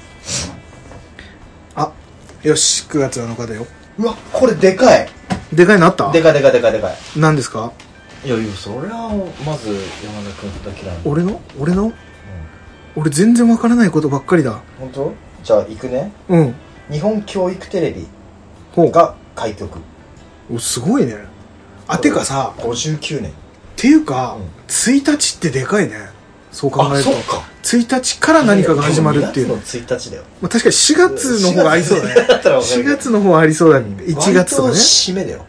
S1: あよし9月7日だよ
S2: うわこれでかい
S1: でかいのあった
S2: でかいでかいでかいでかい
S1: 何ですか
S2: いやいやそれはまず山田君だけなんだ
S1: 俺の俺の
S2: うん
S1: 俺全然わからないことばっかりだ
S2: 本当じゃあ行くね
S1: うん
S2: 日本教育テレビ
S1: ほう
S2: が開局
S1: おすごいねあてかさ
S2: 59年
S1: ていうか、
S2: うん
S1: 1日ってでかいねそう考えると
S2: か
S1: 1日から何かが始まるっていう
S2: で
S1: の
S2: も2月の1日だよ
S1: まあ、確かに4月の方が合いそうだね
S2: だったら分かる
S1: 4月の方はありそうだね1月とか
S2: 割
S1: ね
S2: 締めだよ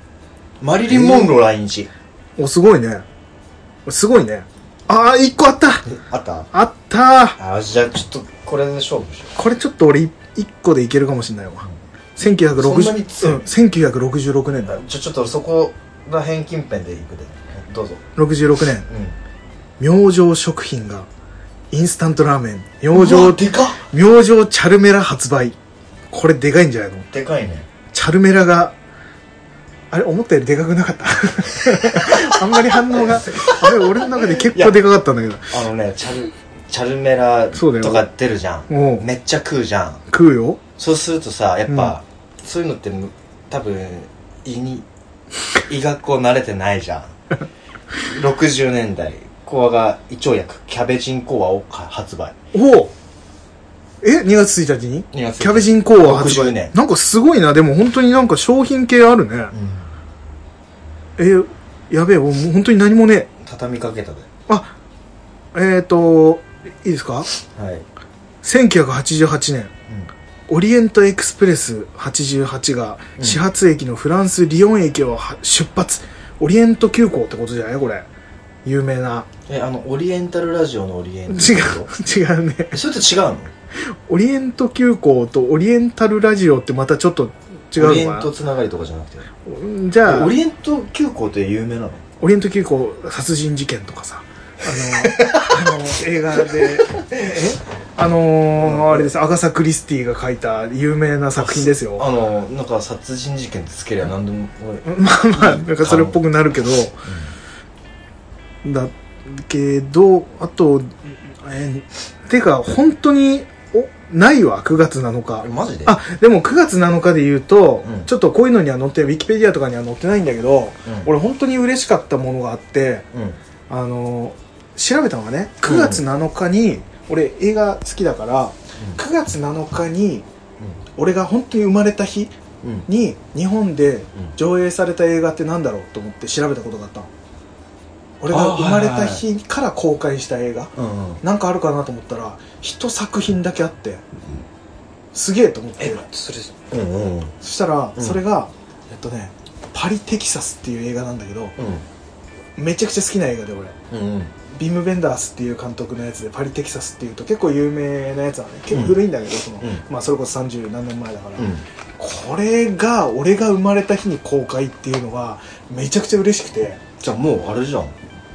S2: マリリン・モンロー来日
S1: おすごいねすごいねああ1個あった
S2: あった
S1: あった
S2: あじゃあちょっとこれで勝負しよ
S1: これちょっと俺1個でいけるかもしれないわ
S2: そんなに
S1: 1960
S2: 強い
S1: うん1966年だ
S2: うじゃあちょっとそこら辺近辺でいくでどうぞ
S1: 66年
S2: う
S1: 明星食品がインスタントラーメン明
S2: んうわ
S1: 星
S2: でかっ
S1: 明星チャルメラ発売これでかいんじゃないの
S2: でかいね
S1: チャルメラが、あれ、思ったよりでかくなかった。 あんまり反応が、あれ、俺の中で結構でかかったんだけど、
S2: あのねチャルチャルメラ
S1: そうだよ
S2: とか出るじゃん
S1: おう
S2: めっちゃ食うじゃん
S1: 食うよ。
S2: そうするとさやっぱ、そういうのってむ多分胃に胃がこう慣れてな いじゃん60年代コアが胃腸薬キャベジンコアをか発売
S1: おうえ ?2 月1日に
S2: 2月1日
S1: キャベジンコア発
S2: 60
S1: 売。
S2: 年
S1: なんかすごいな、でも本当になんか商品系あるね。え、やべえ、もう本当に何もねえ。
S2: 畳みかけたで
S1: あ、えーと、いいですか
S2: はい、
S1: ?1988 年。オリエントエクスプレス88が
S2: うん
S1: 始発駅のフランス・リヨン駅をは出発、オリエント急行ってことじゃないこれ有名な
S2: えあのオリエンタルラジオのオリエン
S1: 違
S2: タ
S1: う
S2: ル
S1: 違うね
S2: それと違うの
S1: オリエント急行とオリエンタルラジオってまたちょっと
S2: オ
S1: 違うの
S2: リエ
S1: か
S2: ン
S1: な
S2: トつながりとかじゃなくて
S1: うんじゃあ
S2: オリエント急行って有名なの
S1: オリエント急行殺人事件とか さあのあの映画でえあのーあれですアガサ・クリスティが書いた有名な作品ですよ
S2: あのなんか殺人事件ってつけりゃ何でも
S1: まあまあなんかそれっぽくなるけど、だけどあとえーてか本当におないわ9月7日
S2: マジで
S1: あでも9月7日で言うと、
S2: うん
S1: ちょっとこういうのには載ってウィキペディアとかには載ってないんだけど、
S2: うん
S1: 俺本当に嬉しかったものがあって
S2: うん
S1: あの調べたのがね9月7日に、俺映画好きだから9月7日に俺が本当に生まれた日
S2: うんうん
S1: に日本で上映された映画ってなんだろうと思って調べたことがあったの俺が生まれた日から公開した映画、
S2: うんうん
S1: なんかあるかなと思ったら一作品だけあって、すげえと思って
S2: それうんうんうん
S1: そしたら
S2: うん
S1: それが、えっとね「パリ・テキサス」っていう映画なんだけどめちゃくちゃ好きな映画で俺
S2: うんうん
S1: ビム・ベンダースっていう監督のやつで「パリ・テキサス」っていうと結構有名なやつなのね結構古いんだけど、その
S2: うん
S1: まあ、それこそ30何年前だから、
S2: うん
S1: これが俺が生まれた日に公開っていうのがめちゃくちゃ嬉しくて
S2: じゃあもうあれじゃん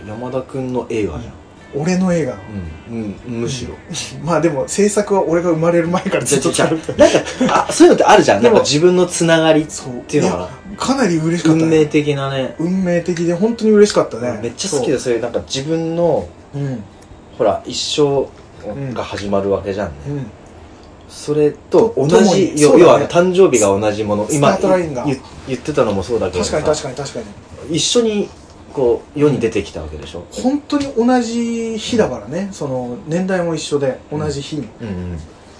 S2: 山田君の映画じゃん
S1: 俺の映画なの
S2: うん、うん、むしろ
S1: まあでも制作は俺が生まれる前からずっと
S2: じゃあ
S1: る
S2: なんかあそういうのってあるじゃん
S1: で
S2: なん
S1: も
S2: か自分のつながりっ
S1: そう
S2: ていうのかな
S1: やかなり嬉しかった、ね、
S2: 運命的なね
S1: 運命的で本当に嬉しかったね
S2: めっちゃ好きでそういうなんか自分の
S1: そううん
S2: ほら一生が始まるわけじゃんね、
S1: うん
S2: それと同
S1: ととも
S2: じ
S1: に
S2: よ
S1: そうだね
S2: 要は誕生日が同じもの
S1: ス
S2: 今
S1: スタートラインが
S2: 言言ってたのもそうだけど
S1: 確
S2: さ
S1: かに確かに確かに
S2: 一緒にこう世に出てきたわけでしょ
S1: 本当に同じ日だからねその年代も一緒で
S2: うん
S1: 同じ日にっ
S2: うんうん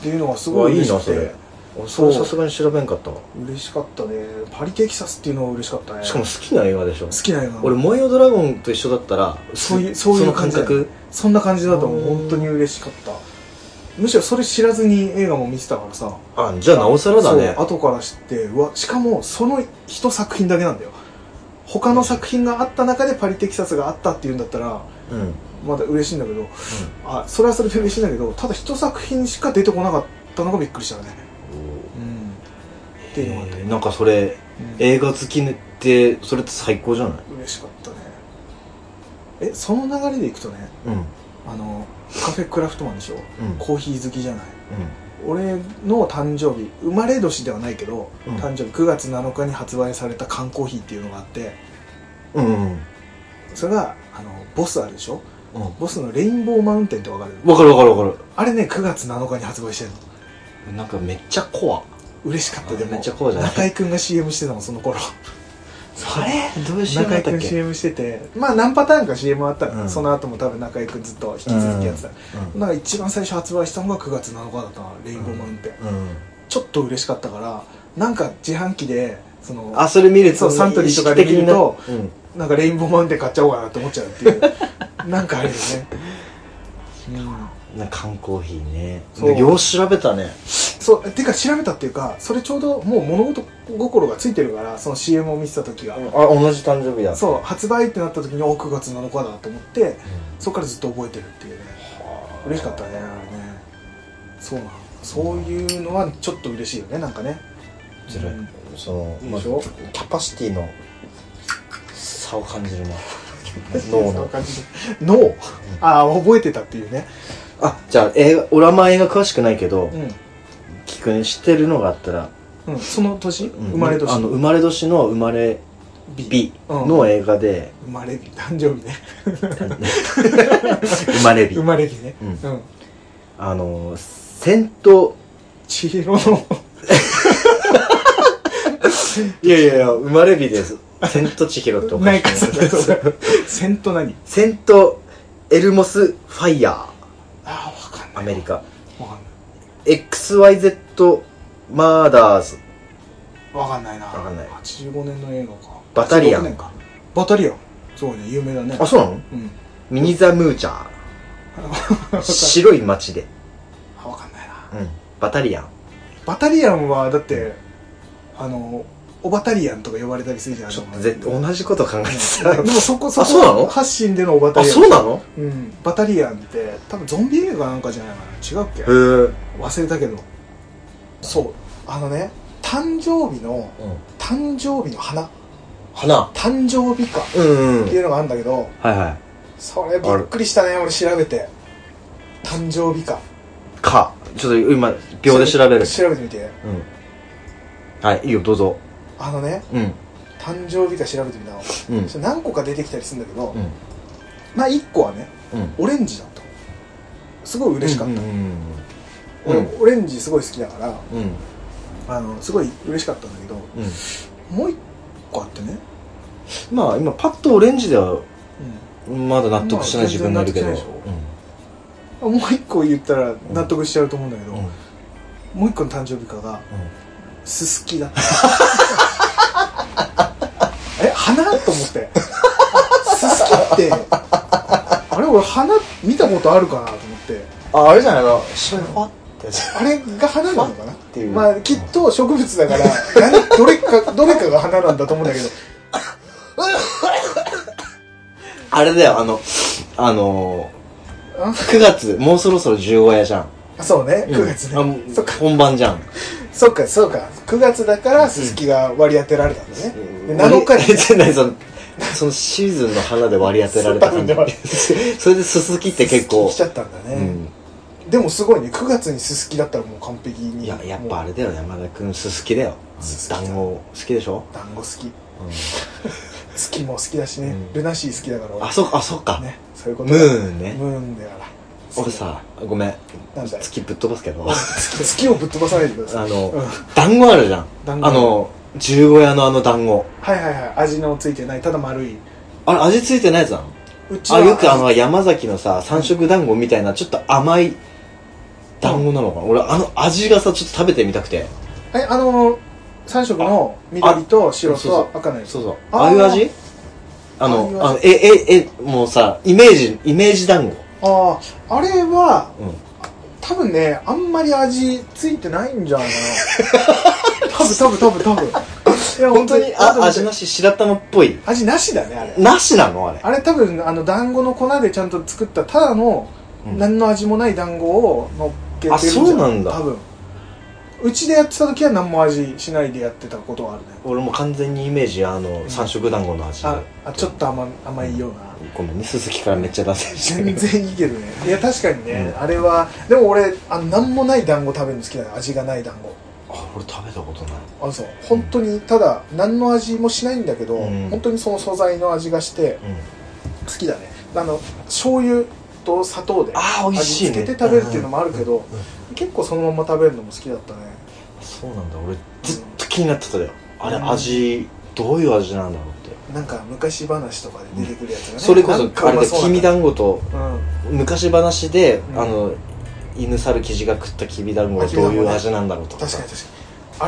S1: ていうのがすごい嬉しく
S2: うわいい
S1: て
S2: な俺それさすがに調べんかったわ
S1: 嬉しかったねパリ・テキサスっていうのは嬉しかったね
S2: しかも好きな映画でしょ
S1: 好きな映画
S2: 俺「燃えよドラゴン」と一緒だったら
S1: そういうそういう
S2: の
S1: 感
S2: 感
S1: じだよ
S2: 覚
S1: そんな感じだと思う本当に嬉しかったむしろそれ知らずに映画も見てたからさ
S2: あじゃあなおさらだね
S1: そう後から知ってうわしかもその一作品だけなんだよ他の作品があった中でパリ・テキサスがあったっていうんだったら
S2: うんうん
S1: まだ嬉しいんだけどあそれはそれで嬉しいんだけどただ一作品しか出てこなかったのがびっくりしたねうんっていうのがあった、
S2: えーなんかそれ
S1: うん
S2: 映画好きってそれって最高じゃない
S1: 嬉しかったねえその流れでいくとね
S2: うんうん
S1: あのカフェクラフトマンでしょコーヒー好きじゃない
S2: うん
S1: 俺の誕生日生まれ年ではないけど、
S2: うん
S1: 誕生日9月7日に発売された缶コーヒーっていうのがあって
S2: うんうん
S1: それがあのボスあるでしょ
S2: うん
S1: ボスのレインボーマウンテンってわかる
S2: わかるわかるわか
S1: あれね9月7日に発売してるの
S2: るなんかめっちゃコア
S1: 嬉しかったでも
S2: めっちゃこうじゃない
S1: 中居君が CM してたのその頃
S2: あれどういう仕
S1: 中
S2: だ
S1: 居
S2: ったっ
S1: 君
S2: け
S1: CM しててまあ何パターンか CM あったの、
S2: うん
S1: その後も多分中居君ずっと引き続きやってた、なんか一番最初発売したのが9月7日だったのレインボーマウンテン、
S2: うんうん
S1: ちょっと嬉しかったからなんか自販機でその
S2: あそれ見る
S1: そ
S2: と
S1: うサントリーとかで見ると
S2: 意識的な
S1: なんかレインボーマウンテン買っちゃおうかなって思っちゃうって いうなんかあるよね、うん、
S2: うんなんか缶コーヒーね
S1: そう
S2: よう調べたね
S1: そうてか調べたっていうかそれちょうどもう物事心がついてるからその CM を見てた時が、
S2: あ同じ誕生日だ
S1: そう発売ってなった時にお9月7日だと思ってそこからずっと覚えてるっていうね嬉しかったねあれねそうなのそういうのはちょっと嬉しいよねなんかね
S2: ずるい
S1: うん
S2: その
S1: でしょ
S2: キャパシティの差を感じる な脳
S1: そんな
S2: の
S1: 感じで脳ああ覚えてたっていうね
S2: あじゃあ映画俺はあんま映画詳しくないけど
S1: う
S2: 聞くね知ってるのがあったら
S1: ん、うん、その年、
S2: うん
S1: 生まれ年
S2: あの生まれ年の生まれ日
S1: うん
S2: の映画で
S1: 生まれ日誕生日ね
S2: 生まれ日
S1: 生まれ日ね
S2: うん
S1: うん
S2: あの戦闘
S1: 千尋の
S2: いやいやいや生まれ日です千と千尋っておか
S1: な
S2: しい
S1: いかそれそれ 戦闘何
S2: 千とエルモスファイヤ
S1: ああわかん
S2: ー
S1: な
S2: ア
S1: い
S2: メリカ
S1: わかんない
S2: XYZ マーダーズ
S1: わかんないな
S2: わかんない
S1: 85年の映画か
S2: バタリアン
S1: 86年かバタリアンそうね有名だね
S2: あそうなの
S1: うん
S2: ミニザムーチャー白い街で、
S1: あわかんないな
S2: うん、バタリアン
S1: バタリアンはだってあのおバタリアンとか呼ばれたりするじゃん
S2: ちょっと
S1: あの
S2: ぜ同じこと考えて
S1: で
S2: た
S1: もそこそ
S2: あそうなの
S1: こ発信でのおバタ
S2: あ
S1: リアン
S2: そうなの
S1: うんバタリアンって多分ゾンビ映画なんかじゃないかな違うっけ
S2: へえ
S1: 忘れたけどそうあのね誕生日の
S2: うん
S1: 誕生日の花
S2: 花
S1: 誕生日かっ
S2: うんう
S1: て
S2: ん
S1: いうのがあるんだけど
S2: はいはい
S1: それびっくりしたね俺調べて誕生日か
S2: かちょっと今秒で調べる
S1: 調べてみて
S2: うんはいいいよどうぞ
S1: あのね
S2: うん
S1: 誕生日か調べてみたのち
S2: うん
S1: ょ何個か出てきたりするんだけど
S2: うん
S1: まあ1個はね
S2: うん
S1: オレンジだったすごい嬉しかっ
S2: うん
S1: た
S2: う
S1: 俺
S2: んうん
S1: オレンジすごい好きだから
S2: うんうん
S1: あのすごい嬉しかったんだけど
S2: うん
S1: もう1個あってね
S2: まあ今パッとオレンジでは
S1: うん
S2: まだ納得してない自分がいるけど
S1: まあ全然納得してもう一個言ったら納得しちゃうと思うんだけど、
S2: うんうん
S1: もう一個の誕生日かがすすきだった え花と思ってすすきってあれ俺花見たことあるかなと思って
S2: ああれじゃないの白いファってやつ
S1: あれが花なのかな
S2: ていう
S1: まあきっと植物だから何どれかどれかが花なんだと思うんだけど
S2: あれだよあのあの
S1: あ
S2: 9月もうそろそろ十五夜じゃん
S1: そうね9月ね、
S2: うんあ
S1: そっか
S2: 本番じゃん
S1: そっかそうか9月だからすすきが割り当てられたんだね、で7日に
S2: えじゃないそのそのシーズンの花で割り当てられた感じ
S1: そう多分ね
S2: それでススキって結構
S1: 来ちゃったんだね、
S2: うん
S1: でもすごいね9月にすすきだったらもう完璧に
S2: いややっぱあ
S1: も
S2: れだよ山田君ススキだよ
S1: ススキだ
S2: 団子好きでしょ
S1: う団子好き好
S2: うん
S1: きも好きだしね、
S2: うん
S1: ルナシー好きだから俺
S2: あそっかあそっか
S1: ねそういうこと
S2: ムーンね
S1: ムーンだから
S2: 俺さごめん
S1: なんだよ
S2: 月ぶっ飛ばすけど
S1: 月月をぶっ飛ばさないでください
S2: あの
S1: うん
S2: 団子あるじゃんあ
S1: 団子
S2: の十五夜のあの団子
S1: はいはいはい味のついてないただ丸い
S2: あれ味付いてないやつなの
S1: うち
S2: あ
S1: は
S2: よくあの山崎のさ三色団子みたいなちょっと甘い団子なのかな、俺あの味がさちょっと食べてみたくて
S1: えあの3色の緑と白
S2: そう
S1: と赤のやつ
S2: そうそう
S1: あー
S2: ああいう味あ
S1: ああいう
S2: の
S1: 味
S2: あのえええもうさイメージイメージ団子
S1: あああれは
S2: うん
S1: 多分ねあんまり味ついてないんじゃないかな 多分多分多分多分いや
S2: 本当に
S1: 多分
S2: あ味なし白玉っぽい
S1: 味なしだねあれ
S2: なしなのあれ
S1: あれ多分あの団子の粉でちゃんと作ったただの、
S2: うん
S1: 何の味もない団子を乗っけてるんじゃ
S2: あそうなんだ
S1: 多分うちでやってた時は何も味しないでやってたことはあるね
S2: 俺も完全にイメージあの三色団子の味
S1: ああちょっと甘甘いような
S2: ごめんね鈴木からめっちゃ出せして
S1: 全然いいけどねいや確かにね、
S2: うん
S1: あれはでも俺あの何もない団子食べるの好きなの味がない団子
S2: あ俺食べたことない
S1: あそう本当にただ何の味もしないんだけど、
S2: うん
S1: 本当にその素材の味がして
S2: うん
S1: 好きだねあの醤油と砂糖で
S2: ああ美味しい
S1: 味
S2: ね
S1: 付けて食べるっていうのもあるけど、
S2: うんうん
S1: 結構そのまま食べるのも好きだったね
S2: そうなんだ俺ずっと気になってたよあれ味どういう味なんだろうって
S1: なんか昔話とかで出てくるやつがね、
S2: それこ
S1: なん
S2: そ
S1: かう
S2: あれ
S1: ま
S2: で
S1: そう
S2: きび
S1: だ
S2: 団子と
S1: うん
S2: 昔話で
S1: うん
S2: あの犬猿生地が食ったきび団子は
S1: あきび
S2: ど
S1: 団
S2: う
S1: 子ね
S2: いう味なんだろうと
S1: 確
S2: か
S1: かに確
S2: さ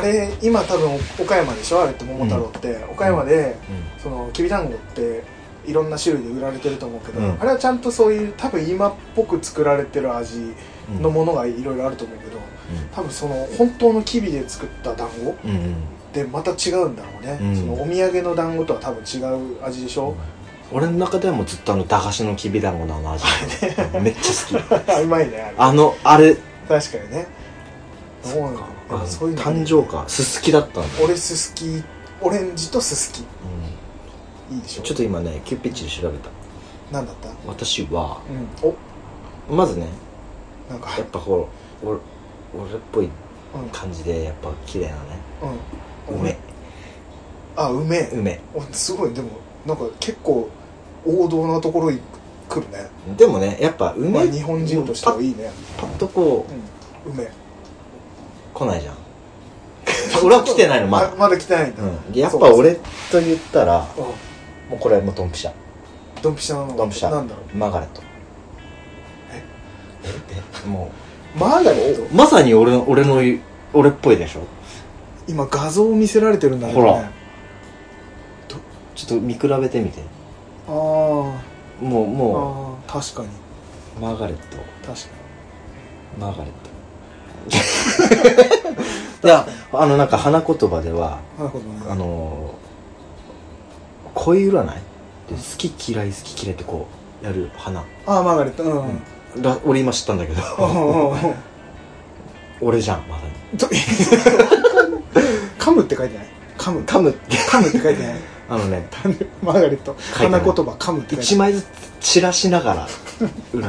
S1: かにあれ今多分岡山でしょあれって桃太郎って、岡山でそのきびだんごっていろんな種類で売られてると思うけど、
S2: うん
S1: あれはちゃんとそういう多分今っぽく作られてる味
S2: うん
S1: のものがいろいろあると思うけど多分その本当のきびで作った団子
S2: うんうんうん
S1: でまた違うんだろうね、
S2: うん
S1: そのお土産の団子とは多分違う味でしょ、
S2: 俺の中ではもうずっとあの駄菓子のきび団子のあの味めっちゃ好き
S1: うまいねあれ
S2: あのあれ
S1: 確かにねそうなんだ
S2: あ
S1: やっ
S2: の
S1: ぱそういうの
S2: 誕生かすすきだったんだ
S1: 俺すすきオレンジとすすきいいでしょ
S2: ちょっと今ね急ピッチで調べた
S1: なんだったう
S2: 私は
S1: んお
S2: まずね
S1: なんか
S2: やっぱこう俺俺っぽい
S1: うん
S2: 感じでやっぱ綺麗なね
S1: うん
S2: 梅
S1: あ梅、う
S2: 梅
S1: すごいでもなんか結構王道なところに来るね、
S2: でもねやっぱ
S1: まあ、
S2: 梅
S1: 日本人としてはいいね、
S2: パッとこう
S1: うん、梅
S2: 来ないじ ゃん俺は来てないのまだ
S1: あまだ来てないんだ、
S2: うんでやっぱ俺と言ったら
S1: うん
S2: もうこれはもうドンピシャ
S1: ドンピシャなの
S2: ドンピシャ
S1: なんだろう
S2: マーガレット
S1: え
S2: ええも
S1: マーガレット
S2: うまさに俺の俺の俺っぽいでしょ
S1: 今画像を見せられてるんだけどね
S2: ほらちょっと見比べてみて
S1: あ
S2: もう
S1: ー
S2: も
S1: あー確かに
S2: うマーガレット
S1: 確か
S2: マーガレット いやあのなんか花言葉では
S1: になるほどね
S2: あのー恋占いで好き嫌い好き嫌いってこうやる花
S1: ああマーガレットうんうん
S2: ら俺今知ったんだけど
S1: うんうんうん
S2: 俺じゃんまさに
S1: ど カムって書いてないカム
S2: 噛むって
S1: カムって書いて ない
S2: あのね
S1: マーガレット
S2: 書いてな
S1: 花
S2: い
S1: 言葉カムって書いて
S2: 一
S1: ない
S2: 枚ずつ散らしながら占い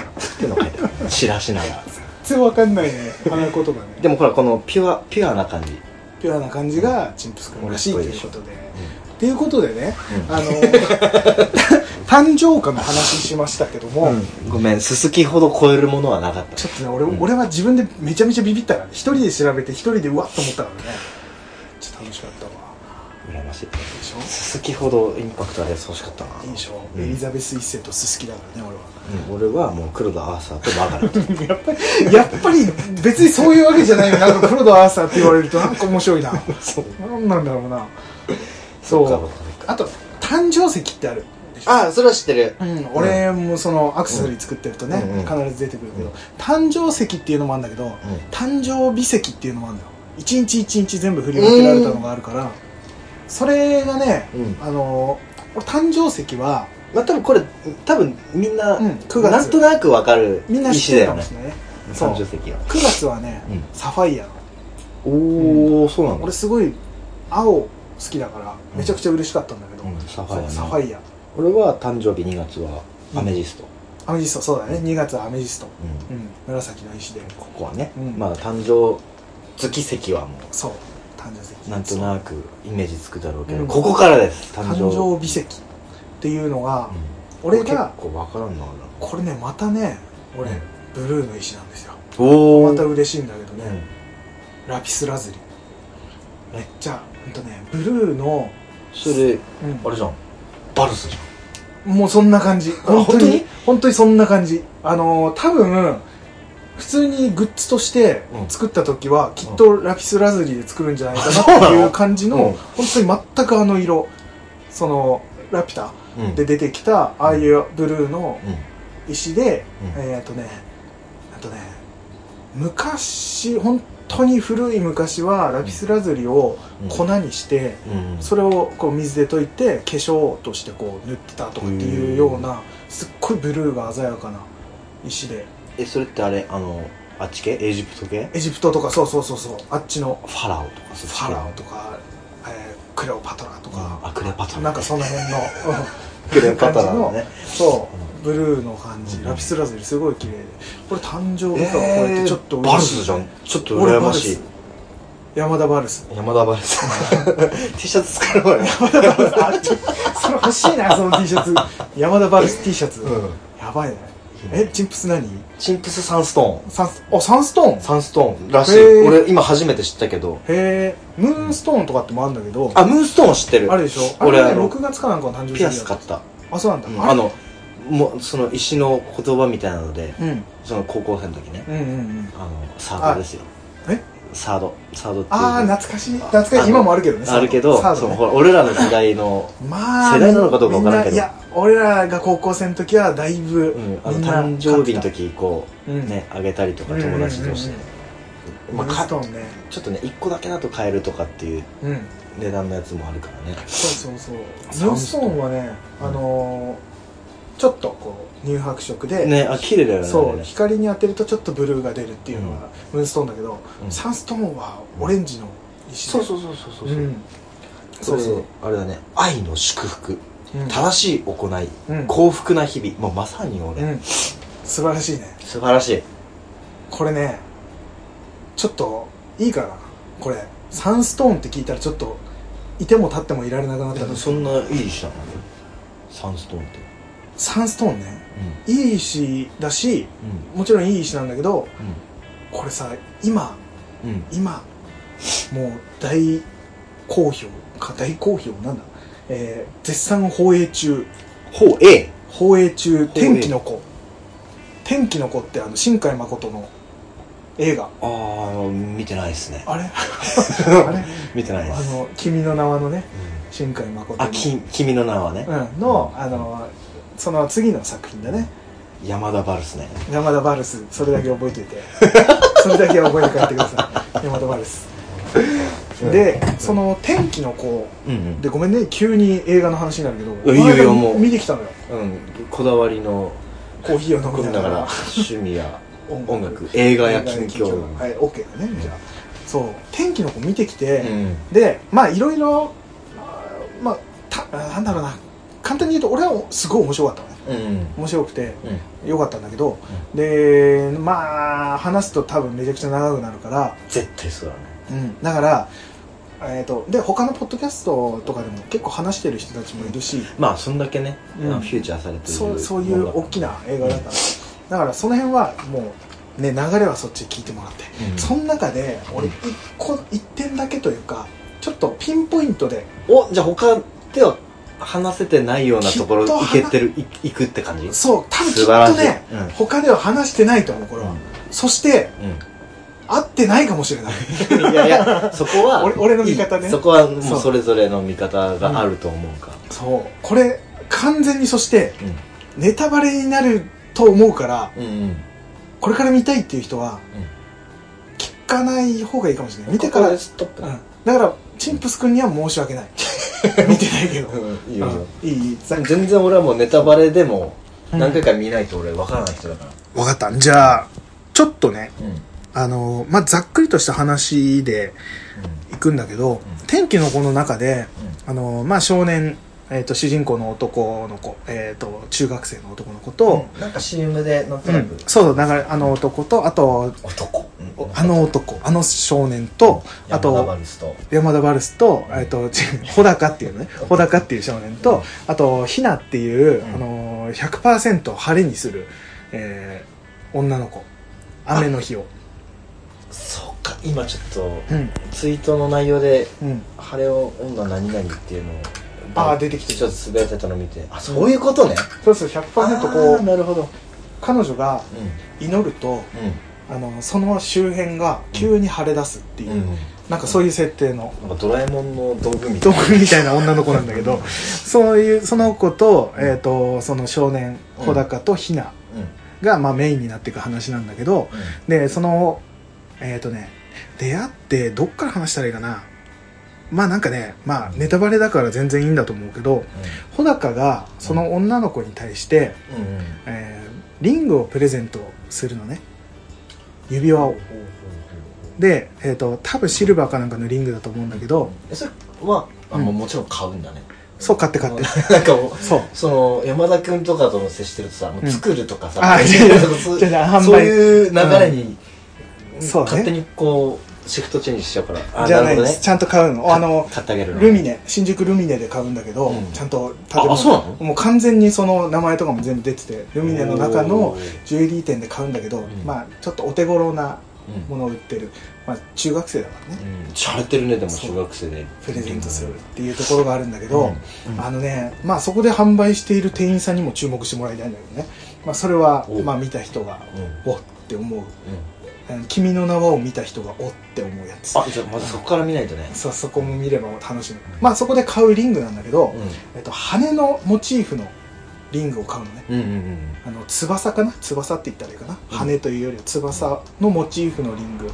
S2: かっていうのを書いてある散らしながら
S1: 全然わかんないね 花言葉ね
S2: でもほらこのピュアピュアな感じ
S1: ピュアな感じがチンプス君らしいということでっていうことでね、
S2: うん
S1: あの 誕生花の話しましたけども、
S2: うんごめんすすきほど超えるものはなかった
S1: ちょっとね俺,、俺は自分でめちゃめちゃビビったからね一人で調べて一人でうわっと思ったからねちょっと楽しかったわ
S2: 羨ましい
S1: でし
S2: す
S1: ょ
S2: すきほどインパクトあるやつ欲しかったない
S1: いでしょ、
S2: うん
S1: エリザベス一世とススキだからね俺は
S2: うん俺はもう黒田アーサーとマーガレット
S1: やっぱり、 やっぱり別にそういうわけじゃないよ。なんか黒田アーサーって言われるとなんか面白いな。
S2: そう
S1: なんなんだろうな。そう。
S2: かそうか
S1: あと、誕生石ってある。
S2: ああそれは知ってる
S1: うん、俺もそのアクセサリー作ってるとね、
S2: うん
S1: 必ず出てくるけど、
S2: うん
S1: 誕生石っていうのもあるんだけど、誕生日石っていうのもあるんだよ一日一日全部振り分けられたのがあるから、それがね、
S2: うん
S1: あの俺誕生石は
S2: まあ多分これ多分みんな、
S1: うん9月
S2: なんとなくわかる
S1: みんな知
S2: 石
S1: って
S2: だ
S1: るか
S2: よ
S1: もしれ
S2: ね
S1: ないねそう
S2: 30席は
S1: 9月はね、
S2: うん
S1: サファイア
S2: おお、そうなんだ
S1: 俺すごい青好きだから
S2: うん
S1: めちゃくちゃ嬉しかったんだけど、
S2: うんサファイア
S1: そう
S2: ね
S1: サファイア
S2: 俺は誕生日2月はアメジスト、
S1: アメジストそうだね2月はアメジスト、
S2: うん
S1: うん、紫の石で
S2: ここはね、
S1: うん
S2: まあ誕生月席はも
S1: そう誕生石
S2: うなんとなくイメージつくだろうけ
S1: う
S2: ど、
S1: ん
S2: ここからです誕
S1: 誕
S2: 生
S1: 生日石っていうのが、
S2: うん
S1: 俺が
S2: これ結構わからんな
S1: これねまたね俺、
S2: うん
S1: ブルーの石なんですよ
S2: おお
S1: また嬉しいんだけどね、
S2: ね
S1: ラピスラズリめっちゃほんとねブルーの、
S2: それ
S1: うん
S2: あれじゃんバルスじ
S1: もうそんな感じ本当
S2: 本当
S1: に
S2: に
S1: 本当にそんな感じあのー多分普通にグッズとして
S2: うん
S1: 作った時はきっとラピスラズリで作るんじゃないかなって
S2: そう
S1: い
S2: な
S1: う
S2: の
S1: 感じの
S2: うん
S1: 本当に全くあの色そのラピュタ
S2: ゃん、うん、
S1: で出てきたああいうブルーの
S2: うん
S1: 石で、
S2: うん
S1: えっ、とねあとね昔本当に古い昔はラピスラズリを粉にして、
S2: うん
S1: それをこう水で溶いて化粧としてこう塗ってたとかっていうようなすっごいブルーが鮮やかな石で
S2: えそれってあれあのあっち系エジプト系
S1: エジプトとかそうそうそうそうあっちの
S2: ファラオとかそ
S1: フ
S2: っち系
S1: ァラオとか、えークレオパトラと
S2: うん
S1: か、
S2: あクレパトラ
S1: なんかその辺の
S2: クレパトラの
S1: 感
S2: ね
S1: じの そうブルーの感じ、
S2: うん
S1: ラピスラズリすごい綺麗でこれ誕生日か、これっ
S2: え
S1: て
S2: ー
S1: ちょっと
S2: バ
S1: 嬉
S2: ル
S1: しい
S2: スじゃんちょっと羨ましい
S1: 俺山田バルス
S2: 山田バルス T シャツ作ろうよ
S1: あちょっとそれ欲しいなその T シャツ山田バルス T シャツ、
S2: うん
S1: やばいねえチンプス何
S2: チンプスサンストーン
S1: サンスあサンストーン
S2: サンストーンらし
S1: へ
S2: い
S1: ー
S2: 俺今初めて知ったけど
S1: へえムーンストーンとかってもあるんだけど、
S2: あムーンストーン知ってる
S1: あるでしょ
S2: 俺
S1: あ
S2: あ
S1: れね
S2: の
S1: 6月かなんかの誕生日
S2: ピアス買
S1: か
S2: った
S1: あそうなんだ、
S2: うん
S1: れ
S2: あのもうその石の言葉みたいなので
S1: うんうん
S2: その高校生の時ね
S1: うんうん
S2: あのサードですよ
S1: え
S2: サードサードっていう
S1: ああ懐かしい懐か
S2: あ
S1: しい
S2: の
S1: 今もあるけどね
S2: あるけど
S1: サー
S2: そ
S1: ド
S2: の
S1: ね
S2: ほら俺らの時代の
S1: まあ
S2: 世代なのかどうかわからんけど
S1: みいや俺らが高校生の時はだいぶ、
S2: うんあの
S1: みんな
S2: 誕生日の時こう
S1: うん
S2: ねあげたりとか
S1: うん
S2: 友達同士で
S1: うんうん
S2: まあ
S1: ムーン
S2: か
S1: ストーンね
S2: ちょっとね1個だけだと買えるとかっていう
S1: うん
S2: 値段のやつもあるからね
S1: そうそうそう
S2: サ
S1: ムーン
S2: ン
S1: ス
S2: ス
S1: ト
S2: ト
S1: ー
S2: ーン
S1: ンはねあのー、ちょっとこう乳白色で、
S2: ねあ綺麗だよね
S1: そう
S2: あれ
S1: 光に当てるとちょっとブルーが出るっていうのがムーンストーンだけど、
S2: うん
S1: サンストーンはオレンジの石
S2: そう
S1: う
S2: そうそうそうそう
S1: う
S2: そうんそ
S1: そう
S2: れ
S1: そう
S2: あれだね愛の祝福
S1: うん
S2: 正しい行い、
S1: うん
S2: 幸福な日々もうまさに俺、
S1: うん素晴らしいね
S2: 素晴らしい
S1: これねちょっといいかなこれサンストーンって聞いたらちょっといても立ってもいられなくなったんです
S2: そんないい石なのサンストーンって
S1: サンストーンねいい石だし
S2: うん
S1: もちろんいい石なんだけど
S2: う
S1: これさ今
S2: んうん
S1: 今もう大好評か大好評なんだえー絶賛放映中
S2: ほう A
S1: 放映中
S2: 映
S1: 天気の子天気の子ってあの新海誠の映画
S2: ああ見てないですね
S1: あれ あれ
S2: 見てないで
S1: あ
S2: す、
S1: の「君の名は」のね
S2: うん
S1: 新海誠の
S2: あき君の名はね、
S1: うん、のあのその次の作品だね
S2: 山田バルスね
S1: 山田バルスそれだけ覚えてい てそれだけは覚えて帰ってください山田バルスでその「天気の子
S2: うんうん」
S1: でごめんね急に映画の話になるけど
S2: いいよいいよ
S1: この間
S2: もう
S1: 見てきたのよ
S2: うん、こだわりの
S1: コーヒーを飲み
S2: 組
S1: なんが
S2: だ から
S1: ら
S2: 趣味や音楽映画や近況
S1: はい OK だねじゃあそう天気の子見てき
S2: う
S1: て、
S2: ん
S1: でまあいろいろあーまあたなんだろうな簡単に言うと俺はすごい面白かったのね
S2: うん
S1: 面白くて
S2: うん
S1: 良かったんだけど、でまあ話すと多分めちゃくちゃ長くなるから、
S2: 絶対そうだね
S1: うん、だからえー、とで他のポッドキャストとかでも結構話してる人たちもいるし、
S2: まあそんだけね、
S1: うん
S2: あのフューチャーされてる
S1: そうそういう大き
S2: な
S1: な映画だったのだからその辺はもうね流れはそっち聞いてもらって、
S2: うん
S1: その中で俺一個一点だけというかちょっとピンポイントで
S2: おじゃあ他では話せてないようなところ
S1: きっと
S2: 行
S1: 話
S2: けてるい行くって感じ
S1: そう多分き
S2: 素
S1: っ
S2: 晴ら
S1: と
S2: しい
S1: ね、
S2: うん
S1: 他では話してないと思うこれは、そして合ってないかもしれない
S2: うんいやいやそこは
S1: 俺俺の見方ね
S2: いいそこはもう
S1: そう
S2: それぞれの見方があると思うから
S1: そうこれ完全にそして
S2: うん
S1: ネタバレになると思うから
S2: うんうん
S1: これから見たいっていう人は、
S2: うん
S1: 聞かない方がいいかもしれない見てから
S2: ここでストップ
S1: うんだからチンプス君には申し 訳ない見てないけど、
S2: うんいいよいいよ
S1: うん、いいいいさ
S2: 全然俺はもうネタバレでも
S1: うん
S2: 何回か見ないと俺わからない人だから
S1: 分かったじゃあちょっとね
S2: うんうん
S1: あのまあざっくりとした話でいくんだけど、天気の子の中で、あのまあ少年、えー、と主人公の男の子、えー、と中学生の男の子と、
S2: なんか CM でなん
S1: う
S2: と
S1: ん
S2: なく
S1: そうだからあの男とあと
S2: 男うん
S1: あの男あの少年とあ
S2: 山田
S1: と
S2: バルスと
S1: 山田バルスと、えっと、ち穂高っていうね、 穂高っていう少年と、あと、ひなっていう、
S2: うん
S1: あのー、100%晴れにする、えー、女の子。雨の日を。
S2: そうか今ちょっと
S1: うん。
S2: ツイートの内容で
S1: うん。
S2: 「晴れ女何々」っていうのを
S1: あー出てきてる
S2: ちょっとつぶやいてたの見てあそういうことね
S1: そうそう、100%こ
S2: あー
S1: う、
S2: なるほど
S1: 彼女が
S2: う
S1: 祈ると、
S2: ん
S1: あの、その周辺が急に晴れ出すっていう、
S2: うん
S1: なんかそういう設定の。
S2: なんかドラえもんの道具みた
S1: 道
S2: いな
S1: 具みたいな女の子なんだけど、そういう、その子と、えっ、と、その少年、
S2: うん
S1: 穂高とひな
S2: うんうん
S1: が、まあメインになっていく話なんだけど、でそのえっ、とね出会ってどっから話したらいいかなまあなんかねまあネタバレだから全然いいんだと思うけど穂高がその女の子に対して、
S2: うんうんうん
S1: えーリングをプレゼントするのね指輪をで、えー、と多分シルバーかなんかのリングだと思うんだけど
S2: えそれはあ
S1: うん
S2: もうもちろん買うんだね
S1: そう買って買って
S2: なんかもう
S1: そう
S2: その山田君とかとの接してるとさもう作るとかさ、
S1: あ
S2: そう
S1: 違う
S2: そう
S1: 違う違う販売
S2: そういう流れに、
S1: うんそうね
S2: 勝手にこうシフトチェンジしちゃうからあ
S1: じゃない
S2: るほ
S1: で
S2: ど
S1: す、ちゃんと買うのあの
S2: 買ってあげるの
S1: ルミネ新宿ルミネで買うんだけど、
S2: うん
S1: ちゃんと建
S2: ああそうなの
S1: もう完全にその名前とかも全部出ててルミネの中の
S2: おー
S1: ジュエリー店で買うんだけど、
S2: ん
S1: まあちょっとお手頃な
S2: うん
S1: ものを売ってる、まあ、中学生だからね
S2: うん洒落てるねでも
S1: そう
S2: 中学生で
S1: プレゼントするっていうところがあるんだけど、
S2: うん
S1: あのねまあそこで販売している店員さんにも注目してもらいたいんだけどね、まあ、それは
S2: お
S1: まあ見た人が
S2: うんう
S1: お
S2: ん
S1: って思うあの「君の名は」を見た人がおって思うやつ
S2: あじゃあまずそこから見ないとね
S1: そうそこも見れば楽しむまあそこで買うリングなんだけど、
S2: う
S1: えっと、羽のモチーフのリングを買うのね
S2: んうんうんうん
S1: あの翼かな翼って言ったらいいかな、羽というよりは翼のモチーフのリング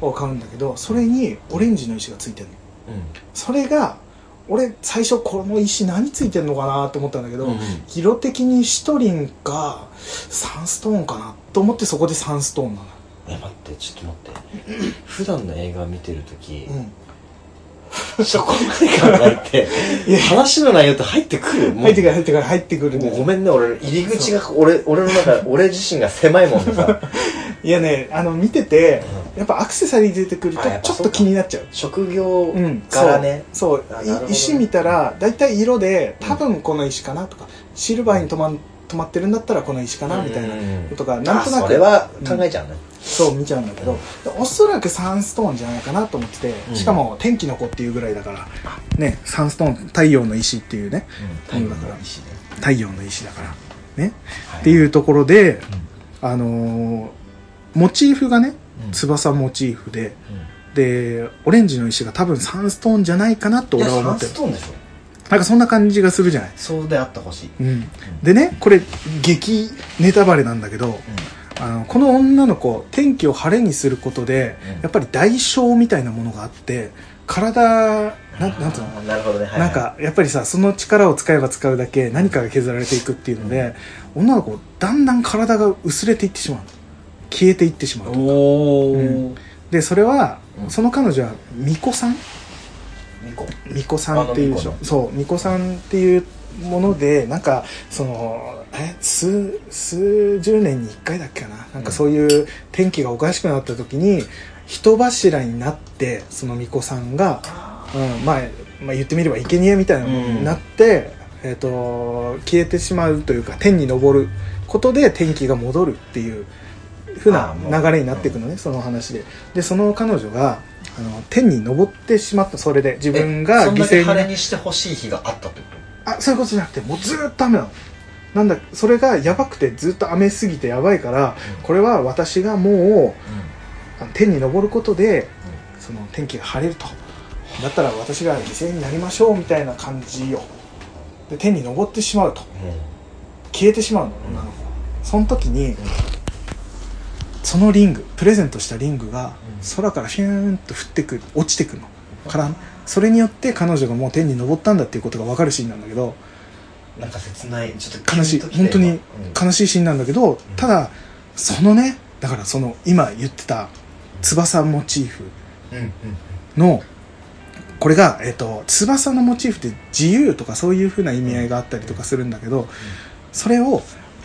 S1: を買うんだけどそれにオレンジの石がついてるのそれが俺最初この石何ついてんのかなと思ったんだけど、
S2: うんうん
S1: 色的にシトリンかサンストーンかなと思ってそこでサンストーンなの
S2: え待ってちょっと待って普段の映画見てるとき、
S1: うん
S2: そこまで考え
S1: い
S2: て
S1: や
S2: 話の内容って入ってくるもう
S1: 入ってくる入ってくる入ってくる
S2: もうご
S1: ね
S2: めんね、俺、入り口が、俺、俺の中、俺自身が狭いもんでさ、
S1: いやねあの見ててやっぱアクセサリー出てくると
S2: あやっぱ
S1: ちょっ
S2: そうか
S1: と気になっちゃう
S2: 職業
S1: うん、
S2: 柄ね。
S1: そう
S2: あな
S1: そう
S2: るほどね
S1: い石見たら大体色で多分この石かなとかシルバーに止まん止まってるんだったらこの石かなみたいなことがなんとな
S2: あ
S1: く
S2: それは考えちゃうね。
S1: そう見ちゃうんだけどでおそらくサンストーンじゃないかなと思って
S2: う
S1: て
S2: ん
S1: しかも天気の子っていうぐらいだからねサンストーン太陽の石っていうね
S2: うん。太陽の石ね。
S1: 太陽の石だからね
S2: はい
S1: っていうところであのーモチーフがね
S2: うん
S1: 翼モチーフで
S2: う
S1: でオレンジの石が多分サンストーンじゃないかなと
S2: ん。い
S1: 俺
S2: や、
S1: は思
S2: サ
S1: っ
S2: ン
S1: てる
S2: ストーンでしょ。
S1: なんかそんな感じがするじゃない
S2: そうであってほしい。
S1: うん、でねこれ激ネタバレなんだけどあのこの女の子天気を晴れにすることで、
S2: うん
S1: やっぱり代償みたいなものがあって体なんなんつうの
S2: なるほどね。はい
S1: なん、かやっぱりさその力を使えば使うだけ何かが削られていくっていうので、女の子だんだん体が薄れていってしまう消えていってしまうと
S2: お
S1: う
S2: ー。
S1: でそれは、
S2: うん
S1: その彼女は巫女さん
S2: ミコ
S1: 巫女さんっていうでしょ
S2: あの巫女の
S1: そう巫女さんっていうものでなんかそのえ数数十年に一回だっけかななんかそういう天気がおかしくなった時に人柱になってその巫女さんが、うんまあ、まあ言ってみれば生贄みたいなものになって、えっと消えてしまうというか天に昇ることで天気が戻るっていうふうな
S2: あーもう
S1: 流れになっていくのねその話ででその彼女があの天に昇ってしまったそれで自分が
S2: そん
S1: 犠
S2: だけ
S1: 牲に
S2: 晴
S1: な
S2: れにしてほしい日があったってこと
S1: あそういうことじゃなくてもうずーっと雨なのなんだそれがやばくてずっと雨すぎてやばいから
S2: うん
S1: これは私がもうあの天に昇ることでその天気が晴れるとだったら私が犠牲になりましょうみたいな感じよで天に昇ってしまうと
S2: うん
S1: 消えてしまうの
S2: うん
S1: 女の子はその時にそのリングプレゼントしたリングが
S2: うん
S1: 空からヒューンと降ってくる落ちてくるのからそれによって彼女がもう天に昇ったんだっていうことが分かるシーンなんだけど
S2: なんか切ないちょっと
S1: 悲しい
S2: キュンときて
S1: 本当に
S2: うん
S1: 悲しいシーンなんだけどただそのねだからその今言ってた翼モチーフ
S2: うんうん
S1: のこれが、えっと翼のモチーフって自由とかそういうふうな意味合いがあったりとかするんだけど、それを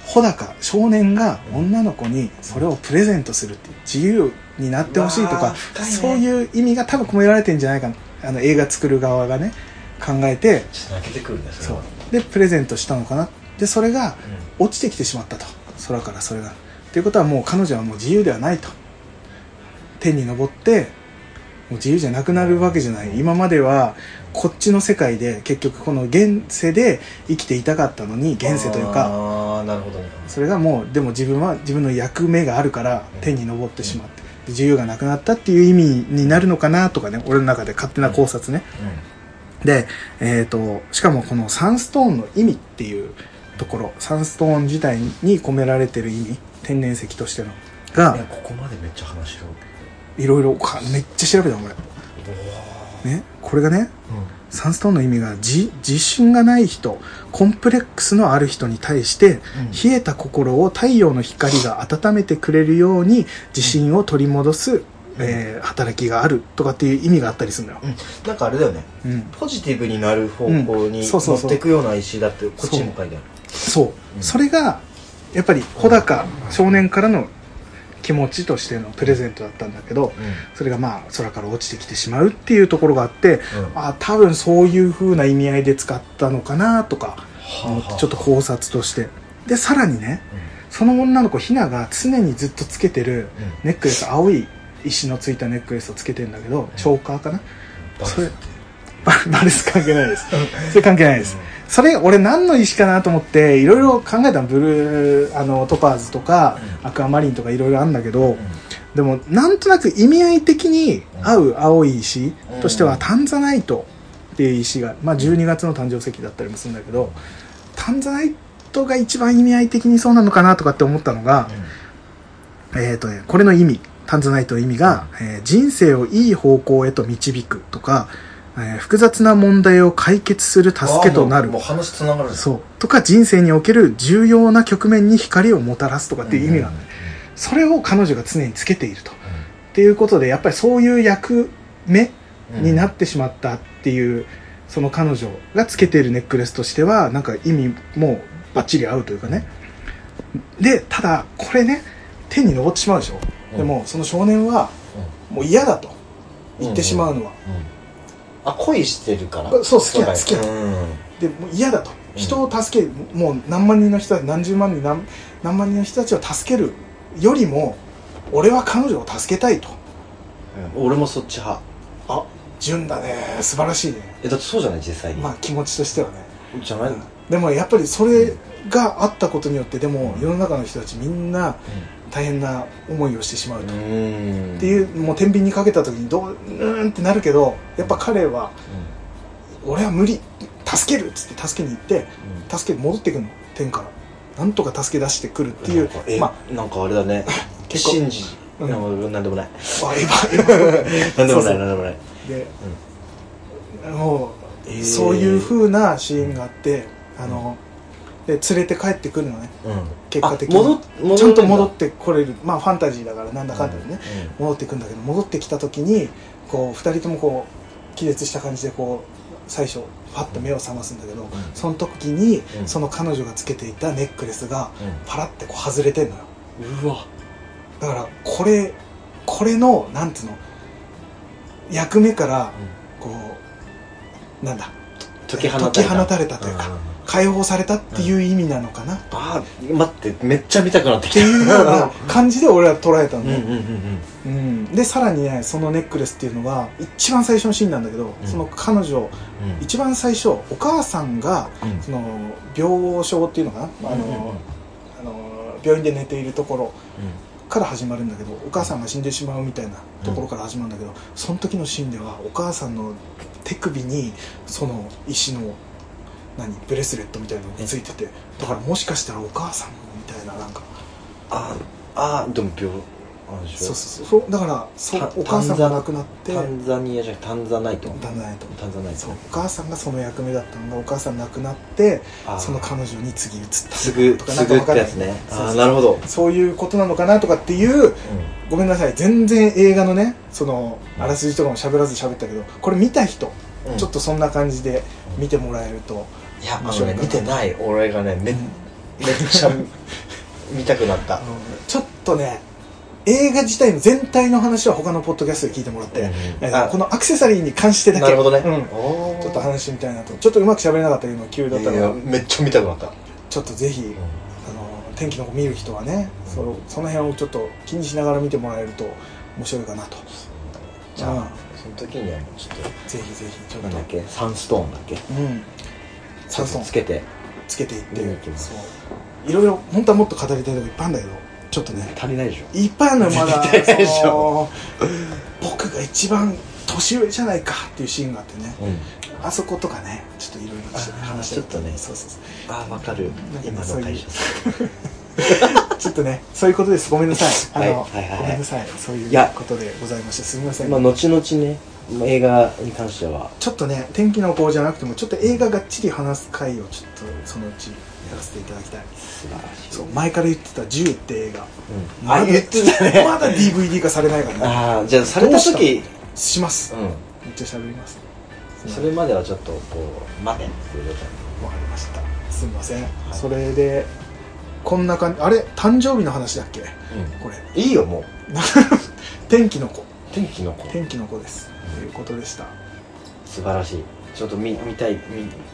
S1: 穂高少年が女の子にそれをプレゼントするっていう自由になってほしいと
S2: うわー
S1: か、
S2: 深いね
S1: そういう意味が多分込められてんじゃないかなあの映画作る側がね考えて
S2: ちょっと泣けてくるねそれ
S1: そう
S2: は
S1: でプレゼントしたのかなでそれが
S2: うん
S1: 落ちてきてしまったと空からそれが。ということはもう彼女はもう自由ではないと天に昇ってもう自由じゃなくなるわけじゃない今まではこっちの世界で結局この現世で生きていたかったのに現世というか
S2: ああなるほどね
S1: それがもうでも自分は自分の役目があるから天に昇ってしまってで自由がなくなったっていう意味になるのかなとかね俺の中で勝手な考察ねで、えー、としかもこのサンストーンの意味っていうところサンストーン自体に込められてる意味天然石としての
S2: うんいや
S1: が
S2: ここまでめっちゃ話しろ
S1: いろいろかめっちゃ調べたの俺ねこれがねサンストーンの意味が自自信がない人コンプレックスのある人に対して冷えた心を太陽の光が温めてくれるように自信を取り戻す、えー働きがあるとかっていう意味があったりするのよ、
S2: うんなんかあれだよね
S1: うん、
S2: ポジティブになる方向
S1: うん
S2: に
S1: そうそうそう
S2: 持っていくような石だってこっちにも書いてある
S1: そう、
S2: うん
S1: それがやっぱり穂高少年からの気持ちとしてのプレゼントだったんだけどそれがまあ空から落ちてきてしまうっていうところがあって
S2: うん
S1: ああ多分そういう風な意味合いで使ったのかなとか思ってちょっと考察としてでさらにねその女の子ひなが常にずっとつけてる
S2: うんうん
S1: ネックレス青い石のついたネックレスをつけてんだけどチョーカーかな
S2: バ
S1: それ
S2: レて
S1: バ バレス関係ないですそれ関係ないですそれ俺何の石かなと思っていろいろ考えたのブルーあのトパーズとかアクアマリンとかいろいろあるんだけどでもなんとなく意味合い的に合う青い石として
S2: う
S1: は
S2: ん
S1: タンザナイトっていう石が、まあ、12月の誕生石だったりもするんだけどタンザナイトが一番意味合い的にそうなのかなとかって思ったのが、えーとね、これの意味タンザナイトの意味が、えー人生をいい方向へと導くとか、えー複雑な問題を解決する助けとな
S2: あーもう
S1: る
S2: もう話つながるね
S1: そうとか人生における重要な局面に光をもたらすとかっていう意味がある、それを彼女が常につけていると。っていうことでやっぱりそういう役目
S2: うん
S1: になってしまったっていう、その彼女がつけているネックレスとしてはなんか意味もバッチリ合うというかねでただこれね天に昇ってしまうでしょ、
S2: うん
S1: でもその少年はもう嫌だと言ってしまうのは、
S2: うんあ恋してるから
S1: そう好きや
S2: お互い
S1: 好きや
S2: うん
S1: でもう嫌だと
S2: うん
S1: 人を助ける、もう何万人の人たち何十万人何何万人の人たちを助けるよりも俺は彼女を助けたいと
S2: うん俺もそっち派
S1: あ純だね素晴らしいね
S2: えだってそうじゃない実際に
S1: まあ気持ちとしてはね、
S2: じゃないの
S1: でもやっぱりそれがあったことによってでも世の中の人たちみんな大変な思いをしてしまうと、
S2: ん
S1: っていうもう天秤にかけた時にどううーんってなるけどやっぱ彼は俺は無理助けるっつって助けに行って助け戻ってくるの天からなんとか助け出してくるっていう
S2: え
S1: ま
S2: なんかあれだね
S1: 結構
S2: 信じ
S1: うん
S2: なんでもない
S1: ああエヴァエヴァ
S2: なんで
S1: そう
S2: もな
S1: そう
S2: いなんでもない
S1: で、もう
S2: えー
S1: そういう風なシーンがあって、あので連れて帰ってくるのね
S2: うん
S1: 結果的
S2: あ戻
S1: に
S2: っ戻るんだ
S1: ちゃんと戻ってこれるまあファンタジーだからなんだかんだでね、
S2: うん
S1: 戻ってくんだけど戻ってきた時にこう2人ともこう気絶した感じでこう最初パッと目を覚ますんだけど、その時に、
S2: うん
S1: その彼女がつけていたネックレスが
S2: う
S1: パラってこう外れてんのよ
S2: んうわ
S1: だからこれこれのなんつうの役目からこうなんだ
S2: 解き放たれた
S1: 解き放たれたというか
S2: ん
S1: 解放されたっていう意味なのかな、っ
S2: あー待ってめっちゃ見たくなってき
S1: て
S2: た
S1: いうような感じで俺は捉えた
S2: うんんう
S1: だ
S2: ん
S1: よ、
S2: うんうん
S1: うんでさらにねそのネックレスっていうのは一番最初のシーンなんだけど、
S2: うん
S1: その彼女
S2: うん
S1: 一番最初お母さんがその病床っていうのかな、あのあの病院で寝ているところから始まるんだけどお母さんが死んでしまうみたいなところから始まるんだけど、その時のシーンではお母さんの手首にその石の何ブレスレットみたいなのがついててだからもしかしたらお母さんもみたいななんか
S2: ああーでも病あでしょ
S1: そうそうそうそうだからそう
S2: タ
S1: お母さんが亡くなって
S2: タ
S1: だ
S2: ンザニアじゃなくてタンザナイト
S1: んだんと
S2: タンザナイト
S1: そうお母さんがその役目だったのがお母さん亡くなって
S2: あー
S1: その彼女に次移った
S2: すぐ
S1: とかな
S2: す
S1: んか
S2: ぐ
S1: わ
S2: っ
S1: かん
S2: て
S1: な
S2: や
S1: い
S2: つね
S1: そうそう
S2: ああなるほど
S1: そういうことなのかなとかっていうごめんなさい全然映画のねそのあらすじとかも喋らず喋ったけどこれ見た人、
S2: うん
S1: ちょっとそんな感じで見てもらえると
S2: いや
S1: 面
S2: あ
S1: 白
S2: の
S1: い
S2: ね
S1: かな
S2: 見てない俺がねめめっちゃ見たくなった
S1: あのちょっとね映画自体の全体の話は他のポッドキャストで聞いてもらって、えー
S2: あ
S1: このアクセサリーに関してだけ
S2: なるほどね
S1: うん
S2: おー
S1: ちょっと話してみたいなとちょっとうまく喋れなかったけど急だった
S2: いや
S1: ので
S2: めっちゃ見たくなった
S1: ちょっとぜひ、あの天気の子見る人はねそのその辺をちょっと気にしながら見てもらえると面白いかなと
S2: じゃ
S1: うん
S2: あその時にはもうちょっ
S1: ぜひぜひちょ
S2: と
S1: っ
S2: な
S1: と
S2: んだっけサンストーンだっけ
S1: うんサンソン
S2: つけて
S1: つけていって
S2: 見に行きます
S1: そういろいろ本当はもっと語りたいとこいっぱいあるんだけどちょっとね
S2: 足りないでしょ
S1: いっぱいあるのよまだ
S2: 絶対 でし
S1: そ
S2: ょ
S1: の僕が一番年上じゃないかっていうシーンがあってね
S2: うん
S1: あそことかねちょっといろいろ
S2: あー
S1: 話して
S2: ちょっとね
S1: そうそうそう
S2: ああわかる
S1: なんか
S2: 今
S1: そう
S2: の
S1: いう
S2: 会社さん
S1: ちょっとねそういうことですごめんなさいあの、
S2: はいはいはいはい
S1: ごめんなさいそうい
S2: いや
S1: うことでございましたすみません、
S2: まあ後々ねまあ映画に関しては
S1: ちょっとね天気の子じゃなくてもちょっと映画がっちり話す回をちょっとそのうちやらせていただきたい
S2: 素晴らしい
S1: そう前から言ってた「銃」って映画
S2: うんあ言ってたね
S1: まだ DVD 化されないから ね
S2: ああじゃあされた
S1: どう
S2: 時
S1: します
S2: う
S1: めっちゃ喋ります
S2: んそれまではちょっとこう待てっていう状態
S1: わかりましたすみません、それでこんな感じあれ誕生日の話だっけこれ
S2: いいよもう
S1: 天気の子
S2: 天気の子
S1: 天気の子ですということでした、
S2: 素晴らしいちょっと見見たい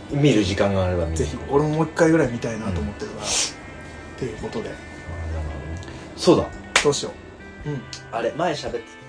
S2: 見見る時間があれば見る
S1: ぜひ俺ももう一回ぐらい見たいなと思ってるから、っていうことで
S2: そうだ
S1: どうしよううん
S2: あれ前喋ってた